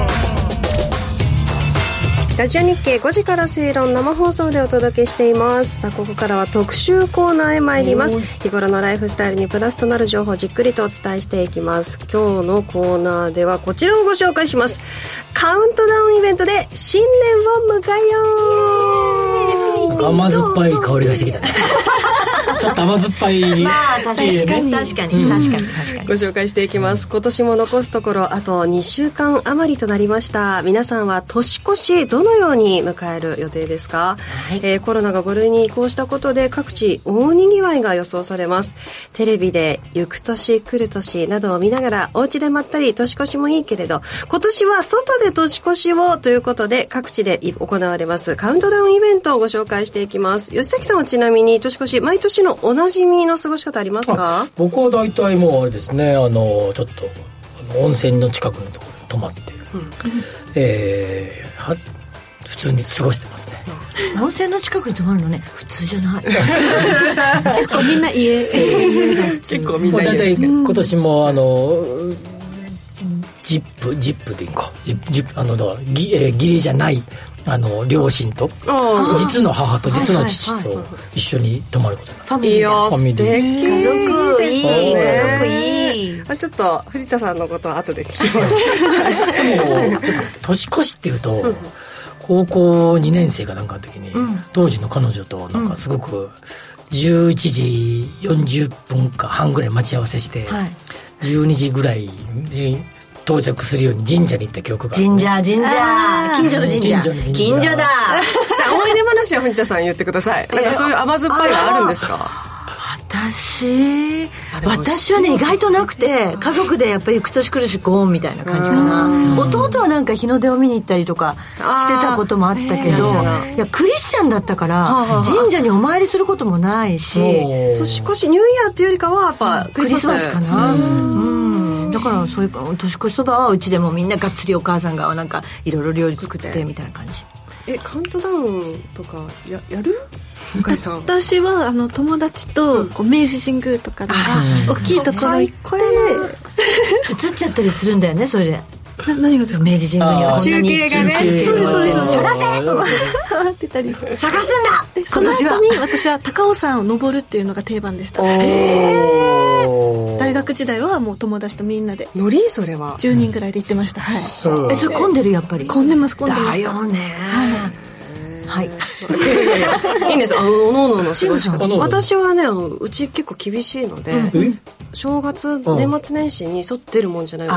Speaker 4: ラジオ日経5時から正論生放送でお届けしていますさあここからは特集コーナーへ参ります日頃のライフスタイルにプラスとなる情報をじっくりとお伝えしていきます今日のコーナーではこちらをご紹介しますカウントダウンイベントで新年を迎えよう
Speaker 2: 甘酸っぱい香りがしてきたねちょっと甘酸っぱいうん
Speaker 4: ご紹介していきます今年も残すところあと2週間余りとなりました皆さんは年越しどのように迎える予定ですか、えーコロナが5類に移行したことで各地大にぎわいが予想されますテレビで行く年来る年などを見ながらお家でまったり年越しもいいけれど今年は外で年越しをということで各地で行われますカウントダウンイベントをご紹介していきます吉崎さんはちなみに年越し毎年のおなじみの過ごし方ありますか
Speaker 2: 僕は大体もうあれですねあのちょっとあの温泉の近くのところに泊まって、えーは普通に過ごしてますね
Speaker 3: 温泉の近くに泊まるのね普通じ ゃない
Speaker 5: 結構みんな家。
Speaker 2: 結構みんな大体今年もあのジップジップでいいかジップジップあのだからぎ、えー義理じゃないあの両親と
Speaker 3: あー
Speaker 2: 実の母と
Speaker 3: はい
Speaker 2: 実の父
Speaker 3: はいはい
Speaker 2: と
Speaker 3: はい
Speaker 2: 一緒に泊まることになる
Speaker 3: ファミリーだ
Speaker 2: ファミリー
Speaker 19: 家族いい
Speaker 2: いい家族
Speaker 19: いいちょっと藤田さんのことは後で聞きます
Speaker 2: 年越しっていうと、高校2年生かなんかの時に、
Speaker 19: うん
Speaker 2: 当時の彼女となんかすごく11時40分か半ぐらい待ち合わせして、
Speaker 3: はい
Speaker 2: 12時ぐらいに到着するように神社に行った記憶がある、
Speaker 3: 神社神社近所の神社
Speaker 2: 近所の神社
Speaker 3: 近所だ
Speaker 4: じゃあ思い出話を藤田さん言ってくださいなんかそういう甘酸っぱいはあるんですか
Speaker 3: 私私はね意外となくて家族でやっぱり行く年来るしゴーンみたいな感じかな弟はなんか日の出を見に行ったりとかしてたこともあったけど
Speaker 4: あー
Speaker 3: い
Speaker 4: えー
Speaker 3: やクリスチャンだったか
Speaker 4: はいはいは
Speaker 3: ら
Speaker 4: い
Speaker 3: 神社にお参りすることもないし
Speaker 4: 年越しニューイヤーっていうよりかはやっぱク
Speaker 3: ク
Speaker 4: リス
Speaker 3: リ
Speaker 4: マ
Speaker 3: ス
Speaker 4: ス
Speaker 3: マスかなうんだからそういう年越しそばはうちでもみんながっつりお母さんがなんかいろいろ料理作ってみたいな感じ
Speaker 4: えカウントダウンとかややる
Speaker 5: 私はあの友達とこう明治神宮とかの大きいところ行って
Speaker 3: 映っちゃったりするんだよねそれで
Speaker 5: 何がです
Speaker 3: か明治神宮にはこんなに
Speaker 5: そうですそうです
Speaker 3: 探
Speaker 5: せってたり探
Speaker 3: すんだ
Speaker 5: その後に私は高尾山を登るっていうのが定番でした大学時代はもう友達とみんなで
Speaker 4: ノリそれは
Speaker 5: 10人ぐらいで行ってましたはい
Speaker 3: えそれ混んでるやっぱり
Speaker 5: 混んでます混んでます
Speaker 3: だよねはい
Speaker 4: いいんですよあのおのおのの過ごし
Speaker 3: 慎吾さ
Speaker 4: 方
Speaker 3: んおのおの
Speaker 4: 私はねあのうち結構厳しいので、
Speaker 2: うん
Speaker 4: 正月年末年始に外出るもんじゃない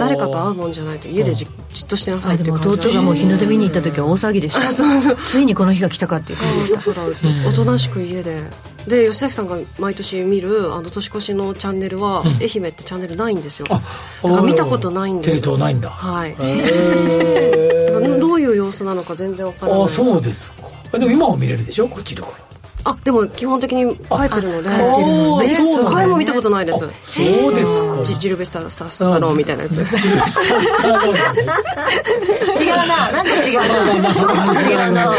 Speaker 4: 誰かと会うもんじゃないと家でじじっとしてなさいって
Speaker 3: でも
Speaker 4: 感じなん
Speaker 3: 弟がもう日の出見に行った時は大騒ぎでした
Speaker 4: あそうそう
Speaker 3: ついにこの日が来たかっていう感じでした
Speaker 4: だからおとなしく家でで吉崎さんが毎年見るあの年越しのチャンネルは、愛媛ってチャンネルないんですよだから見たことないんですよ
Speaker 2: テレ東ないんだ
Speaker 4: はい、
Speaker 2: へ
Speaker 4: だからどういう様子なのか全然わからない
Speaker 2: あそうですかえでも今は見れるでしょこっちだから
Speaker 4: あでも基本的に帰ってるので
Speaker 2: あ帰ってるのね
Speaker 4: で
Speaker 2: そうなんだ
Speaker 4: 一回も見たことないです
Speaker 2: そうですか
Speaker 4: ジジルベスタースタースタローみたいなやつ
Speaker 3: 違うななんか違
Speaker 2: ま
Speaker 3: うな
Speaker 2: あ
Speaker 3: ち
Speaker 2: そ
Speaker 3: ょ
Speaker 2: う
Speaker 3: っと違うな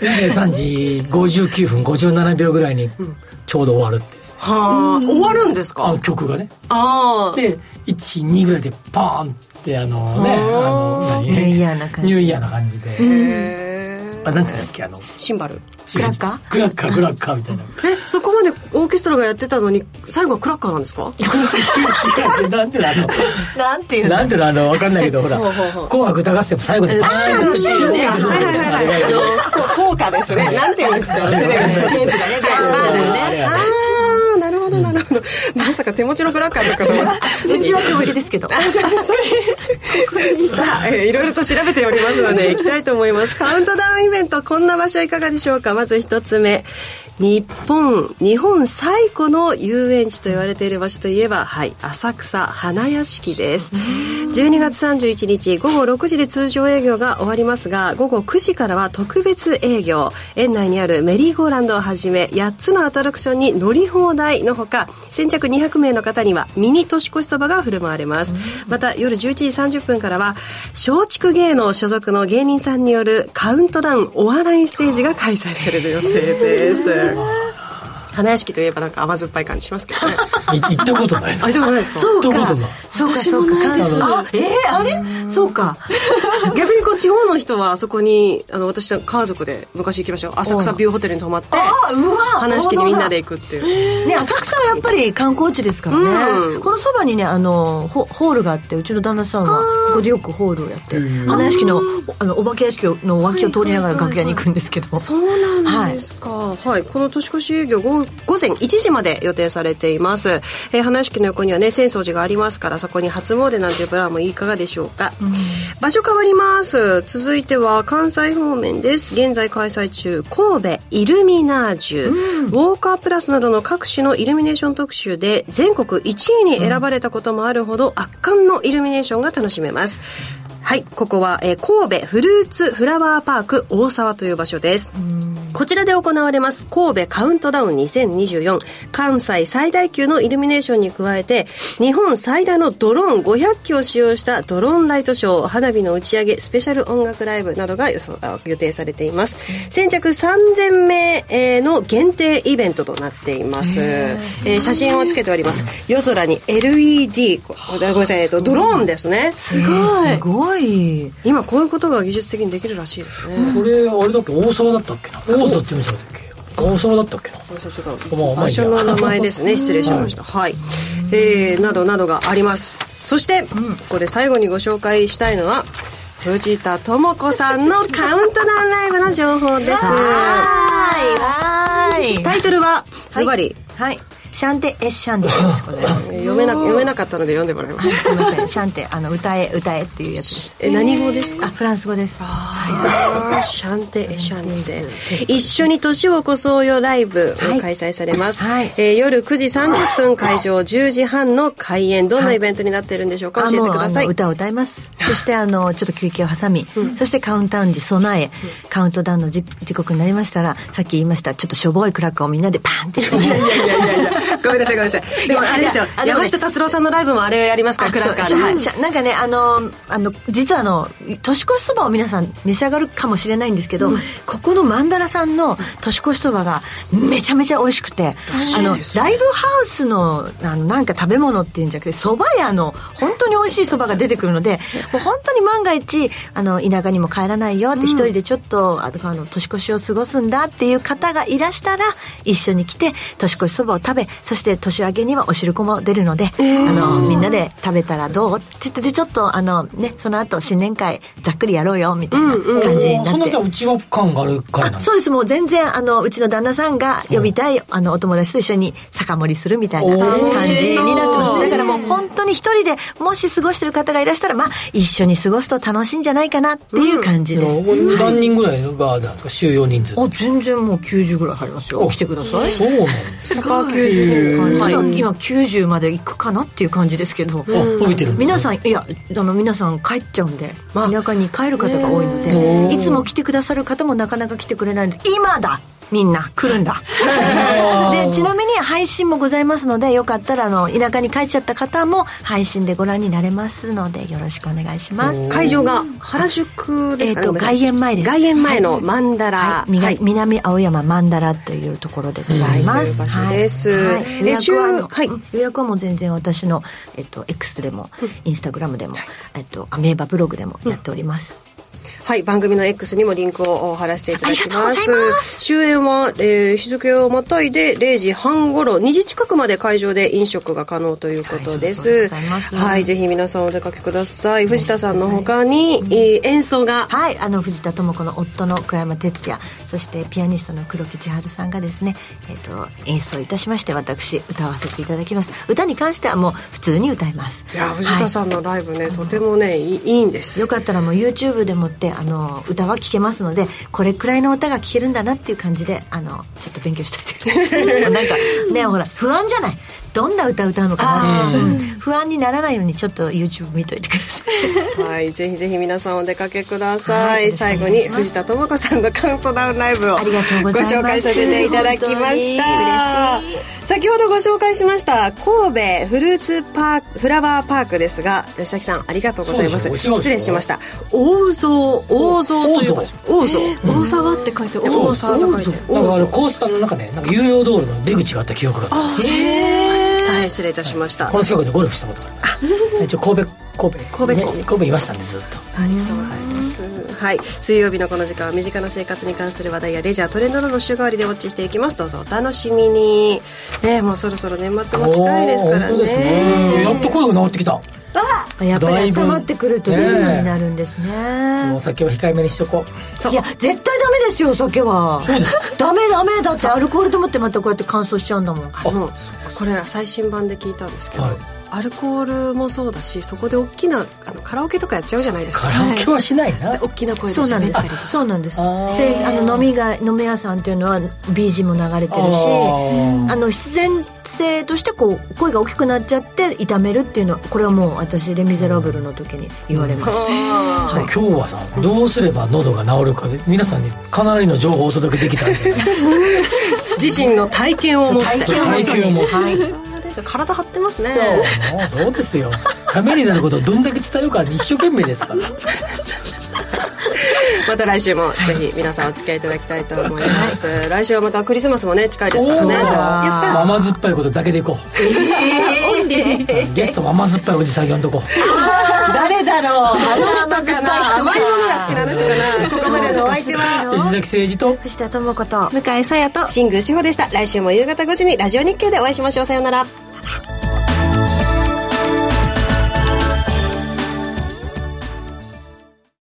Speaker 2: 23時59分57秒ぐらいにちょうど終わるって
Speaker 4: はあ終わるんですか
Speaker 2: あの曲がね
Speaker 4: ああ
Speaker 2: で12ぐらいでパーンってあのねあの何
Speaker 3: ニューイヤーな感じ
Speaker 2: ニューイヤーな感じであなんていうんだっけあの
Speaker 4: シンバル
Speaker 2: クラッカークラッカークラッカーみたいな
Speaker 4: えそこまでオーケストラがやってたのに最後はクラッカーなんですか
Speaker 2: 違う違うなんていうのあの
Speaker 3: なんていう
Speaker 2: なんていうのあのわかんないけどほら
Speaker 4: ほうほうほう
Speaker 2: 「紅白歌合戦」も最後にパシャン
Speaker 4: パシャン
Speaker 2: って
Speaker 4: はいはいはいはい効果ですねなんていうんですかテレビのテープがねビャーンってねああなるほどなるほど まさか手持ちのクラッカーとかと
Speaker 3: うちは手持ちですけど
Speaker 4: あそうそうさあ、えーいろいろと調べておりますので行きたいと思いますカウントダウンイベントこんな場所いかがでしょうかまず一つ目日本日本最古の遊園地と言われている場所といえばはい浅草花屋敷です12月31日午後6時で通常営業が終わりますが午後9時からは特別営業園内にあるメリーゴーランドをはじめ8つのアトラクションに乗り放題のほか先着200名の方にはミニ年越しそばが振る舞われますまた夜11時30分からは松竹芸能所属の芸人さんによるカウントダウンお笑いステージが開催される予定です花屋敷といえばなんか甘酸っぱい感じしますけどね
Speaker 2: い行ったことないの
Speaker 4: あでもないですか
Speaker 3: そうか
Speaker 2: どういうことなの
Speaker 3: そうか
Speaker 5: 私
Speaker 3: そ
Speaker 5: も
Speaker 3: うか
Speaker 5: ないです
Speaker 3: あえー、あれそうか
Speaker 4: 逆にこう地方の人はあそこにあの私の家族で昔行きましょう浅草ビューホテルに泊まって
Speaker 3: あうわ
Speaker 4: 花式にみんなで行くっていう
Speaker 3: ね、浅草はやっぱり観光地ですからね、
Speaker 4: うん
Speaker 3: このそばにねあのホホールがあってうちの旦那さんはここでよくホールをやって
Speaker 2: ー
Speaker 3: 花屋敷のおあのお化け屋敷の脇を通りながら楽屋に行くんですけど、
Speaker 4: そうなんですか、はいこの年越し営業午午前1時まで予定されています、えー花屋敷の横にはね浅草寺がありますからそこに初詣なんていうプランもいかがでしょうか、場所変わります続いては関西方面です現在開催中神戸イルミナージュ、ウォーカープラスなどの各種のイルミネーション特集で全国1位に選ばれたこともあるほど圧巻のイルミネーションが楽しめますはいここは、えー神戸フルーツフラワーパーク大沢という場所ですこちらで行われます神戸カウントダウン2024関西最大級のイルミネーションに加えて日本最大のドローン500機を使用したドローンライトショー花火の打ち上げスペシャル音楽ライブなどが予想あ予定されています先着3000名えーの限定イベントとなっています、えー写真をつけております夜空に LED こごめんなさい、えっと、ドローンですねす
Speaker 3: ごいすごい
Speaker 4: 今こういうことが技術的にできるらしいですね
Speaker 2: これあれだっけ大沢だったっけな大沢って言うんじゃなかったっけ大沢だったっけなまあまあ
Speaker 4: 場
Speaker 2: いいや
Speaker 4: 所の名前ですね失礼しましたはい、えーなどなどがありますそして、ここで最後にご紹介したいのは藤田智子さんのカウントダウンライブの情報ですタイトルはズバリ
Speaker 3: はいシャンテエッシ ャンテですこれ
Speaker 4: 読めな読めなかったので読んでもらいました
Speaker 3: すいませんシャンテあの歌え歌えっていうやつです
Speaker 4: え何語ですか
Speaker 3: あフランス語です
Speaker 4: シャンテシャンテ一緒に年を越そうよライブを開催されます、えー夜9時30分会場10時半の開演どんなイベントになっているんでしょうか、
Speaker 3: あ
Speaker 4: 教え
Speaker 3: も
Speaker 4: て
Speaker 3: う
Speaker 4: くださ
Speaker 3: あ
Speaker 4: い
Speaker 3: の歌を歌いますそしてあのちょっと休憩を挟み、そしてカウントダウンに備え、カウントダウンのじ時刻になりましたらさっき言いましたちょっとしょぼいクラッカーをみんなでパーンって
Speaker 4: ごめんなさいごめんなさいでもあれですよ
Speaker 3: いやあの
Speaker 4: 山下達郎さんのライブもあれやりますからクラッカーで
Speaker 3: そう
Speaker 4: はい
Speaker 3: しゃしゃなんかねあのあの実はあの年越しそばを皆さん召し上がるかもしれないんですけど、ここの曼荼羅さんの年越しそばがめちゃめちゃ美味しくてあのライブハウスのあのなんか食べ物っていうんじゃなくてそば屋の本当に美味しいそばが出てくるのでもう本当に万が一あの田舎にも帰らないよって一人でちょっとあのあの年越しを過ごすんだっていう方がいらしたら一緒に来て年越しそばを食べそして年明けにはお汁粉も出るので、あのみんなで食べたらどうちょっとでちょっとあのねその後新年会ざっくりやろうよみたいな感じになって、
Speaker 2: その時はうちわ感があるからな
Speaker 3: あそうですもう全然あのうちの旦那さんが呼びたい、あのお友達と一緒に酒盛りするみたいな
Speaker 2: おー
Speaker 3: 感じになって
Speaker 2: 美味
Speaker 3: ま
Speaker 2: しそう
Speaker 3: すだからもう本当に一人でもし過ごしてる方がいらしたらまあ一緒に過ごすと楽しいんじゃないかなっていう感じです、
Speaker 2: 何人ぐらいがなんですか収容人数
Speaker 3: お全然もう90ぐらい入りますよ来てください
Speaker 2: そうなん
Speaker 3: 高90ただ今90まで行くかなっていう感じですけど
Speaker 2: 伸びてるんだ
Speaker 3: 皆さんいやあの皆さん帰っちゃうんで田舎に帰る方が多いの
Speaker 2: ね
Speaker 3: でいつも来てくださる方もなかなか来てくれないので今だみんな来る んだでちなみに配信もございますのでよかったらあの田舎に帰っちゃった方も配信でご覧になれますのでよろしくお願いします
Speaker 4: 会場が原宿ですかね
Speaker 3: えっと外苑前です
Speaker 4: 外苑前
Speaker 3: は
Speaker 4: の
Speaker 3: い
Speaker 4: 曼荼羅
Speaker 3: はいみが南青山曼荼羅というところでございま
Speaker 4: とい
Speaker 3: す。
Speaker 4: う場所です
Speaker 3: はいはい予
Speaker 4: え週
Speaker 3: 約はあの
Speaker 4: はい
Speaker 3: うん予約はもう全然私のえっと X でもインスタグラムでもえっとアメーバブログでもやっております。
Speaker 4: はい、番組の X にもリンクを貼らせていただき
Speaker 3: あ
Speaker 4: ま
Speaker 3: りが
Speaker 4: す
Speaker 3: とうございま。
Speaker 4: 終演は、えー日付をまたいで0時半頃、2時近くまで会場で飲食が可能ということです。はい、ぜひ皆さんお出かけください。藤田さんの他に、えー演奏が、
Speaker 3: はい、あの藤田智子の夫の桑山哲也、そしてピアニストの黒木千春さんがですね、えっと演奏いたしまして私歌わせていただきます。歌に関してはもう普通に歌います。
Speaker 4: いや、藤田さんのライブね、とてもね、いいいいんです。
Speaker 3: よかったらもう YouTube でもってあの歌は聴けますのでこれくらいの歌が聴けるんだなっていう感じであのちょっと勉強しといてくださ いなんかねほら不安じゃないどんな歌歌うのかなってうん不安にならないようにちょっと YouTube 見といてください
Speaker 4: はい、ぜひぜひ皆さんお出かけください。
Speaker 3: はい
Speaker 4: 最後に藤田智子さんのカウントダウンライブをご
Speaker 3: ありがとうございます
Speaker 4: 紹介させていただきました
Speaker 3: 本。
Speaker 4: 先ほどご紹介しました神戸フルーツパークフラワーパークですが、吉崎さんありがとうございます。
Speaker 2: そうですよ
Speaker 4: 失礼しました。大像大像という場所大像
Speaker 5: 大沢って書いて
Speaker 2: そう
Speaker 5: 大沢と書いて
Speaker 2: だからあれコースターの中ねなんか有料道路の出口があった記憶がある
Speaker 4: あへ大変失礼いたしました。
Speaker 2: この近くでゴルフしたことがあるから一応神戸神戸
Speaker 4: 神戸
Speaker 2: ね神戸いましたんでずっと
Speaker 4: ありがとうございます。はい、水曜日のこの時間は身近な生活に関する話題やレジャー、トレンドなど週替わりでウォッチしていきます。どうぞお楽しみに。ね、もうそろそろ年末も近いですから
Speaker 2: おー本当ですね
Speaker 4: ね。
Speaker 2: やっと声が治ってきた
Speaker 3: やっぱ
Speaker 2: だい
Speaker 3: り
Speaker 2: ぶ
Speaker 3: 温まってくると出るようになるんですね
Speaker 2: もうお酒は控えめにしとこう
Speaker 3: いや絶対ダメですよお酒はダメダメだってアルコールと思ってまたこうやって乾燥しちゃうんだもん
Speaker 4: あのこれ最新版で聞いたんですけど、アルコールもそうだしそこで大きなあのカラオケとかやっちゃうじゃないですか
Speaker 2: カラオケはしないな、
Speaker 4: 大きな声で喋ったりとか
Speaker 3: そうなんですであの飲みが飲み屋さんっていうのは BG も流れて
Speaker 2: あ
Speaker 3: るし
Speaker 2: ー
Speaker 3: あの必然性としてこう声が大きくなっちゃって痛めるっていうのはこれはもう私「レ・ミゼラブル」の時に言われました、
Speaker 2: 今日はさどうすれば喉が治るかで皆さんにかなりの情報をお届けできたんじゃない
Speaker 4: 自身の体験を持って
Speaker 2: 体験を持って体験を持って
Speaker 4: はいそうですよ体張ってますね
Speaker 2: もうそうですよためになることをどんだけ伝えるかに一生懸命ですから
Speaker 4: また来週もぜひ皆さんお付き合いいただきたいと思います、来週はまたクリスマスもね近いですからね
Speaker 2: おー
Speaker 4: やった
Speaker 2: 甘酸っぱいことだけでいこうゲストも甘酸っぱいおじさん呼んどこう
Speaker 4: 誰だろうあの人かな甘いものが好きなあの人かなここまでのお相手は
Speaker 2: 吉崎誠二と
Speaker 3: 藤田智子と
Speaker 20: 向井沙耶と
Speaker 4: 新宮志保でした来週も夕方5時にラジオ日経でお会いしましょうさようなら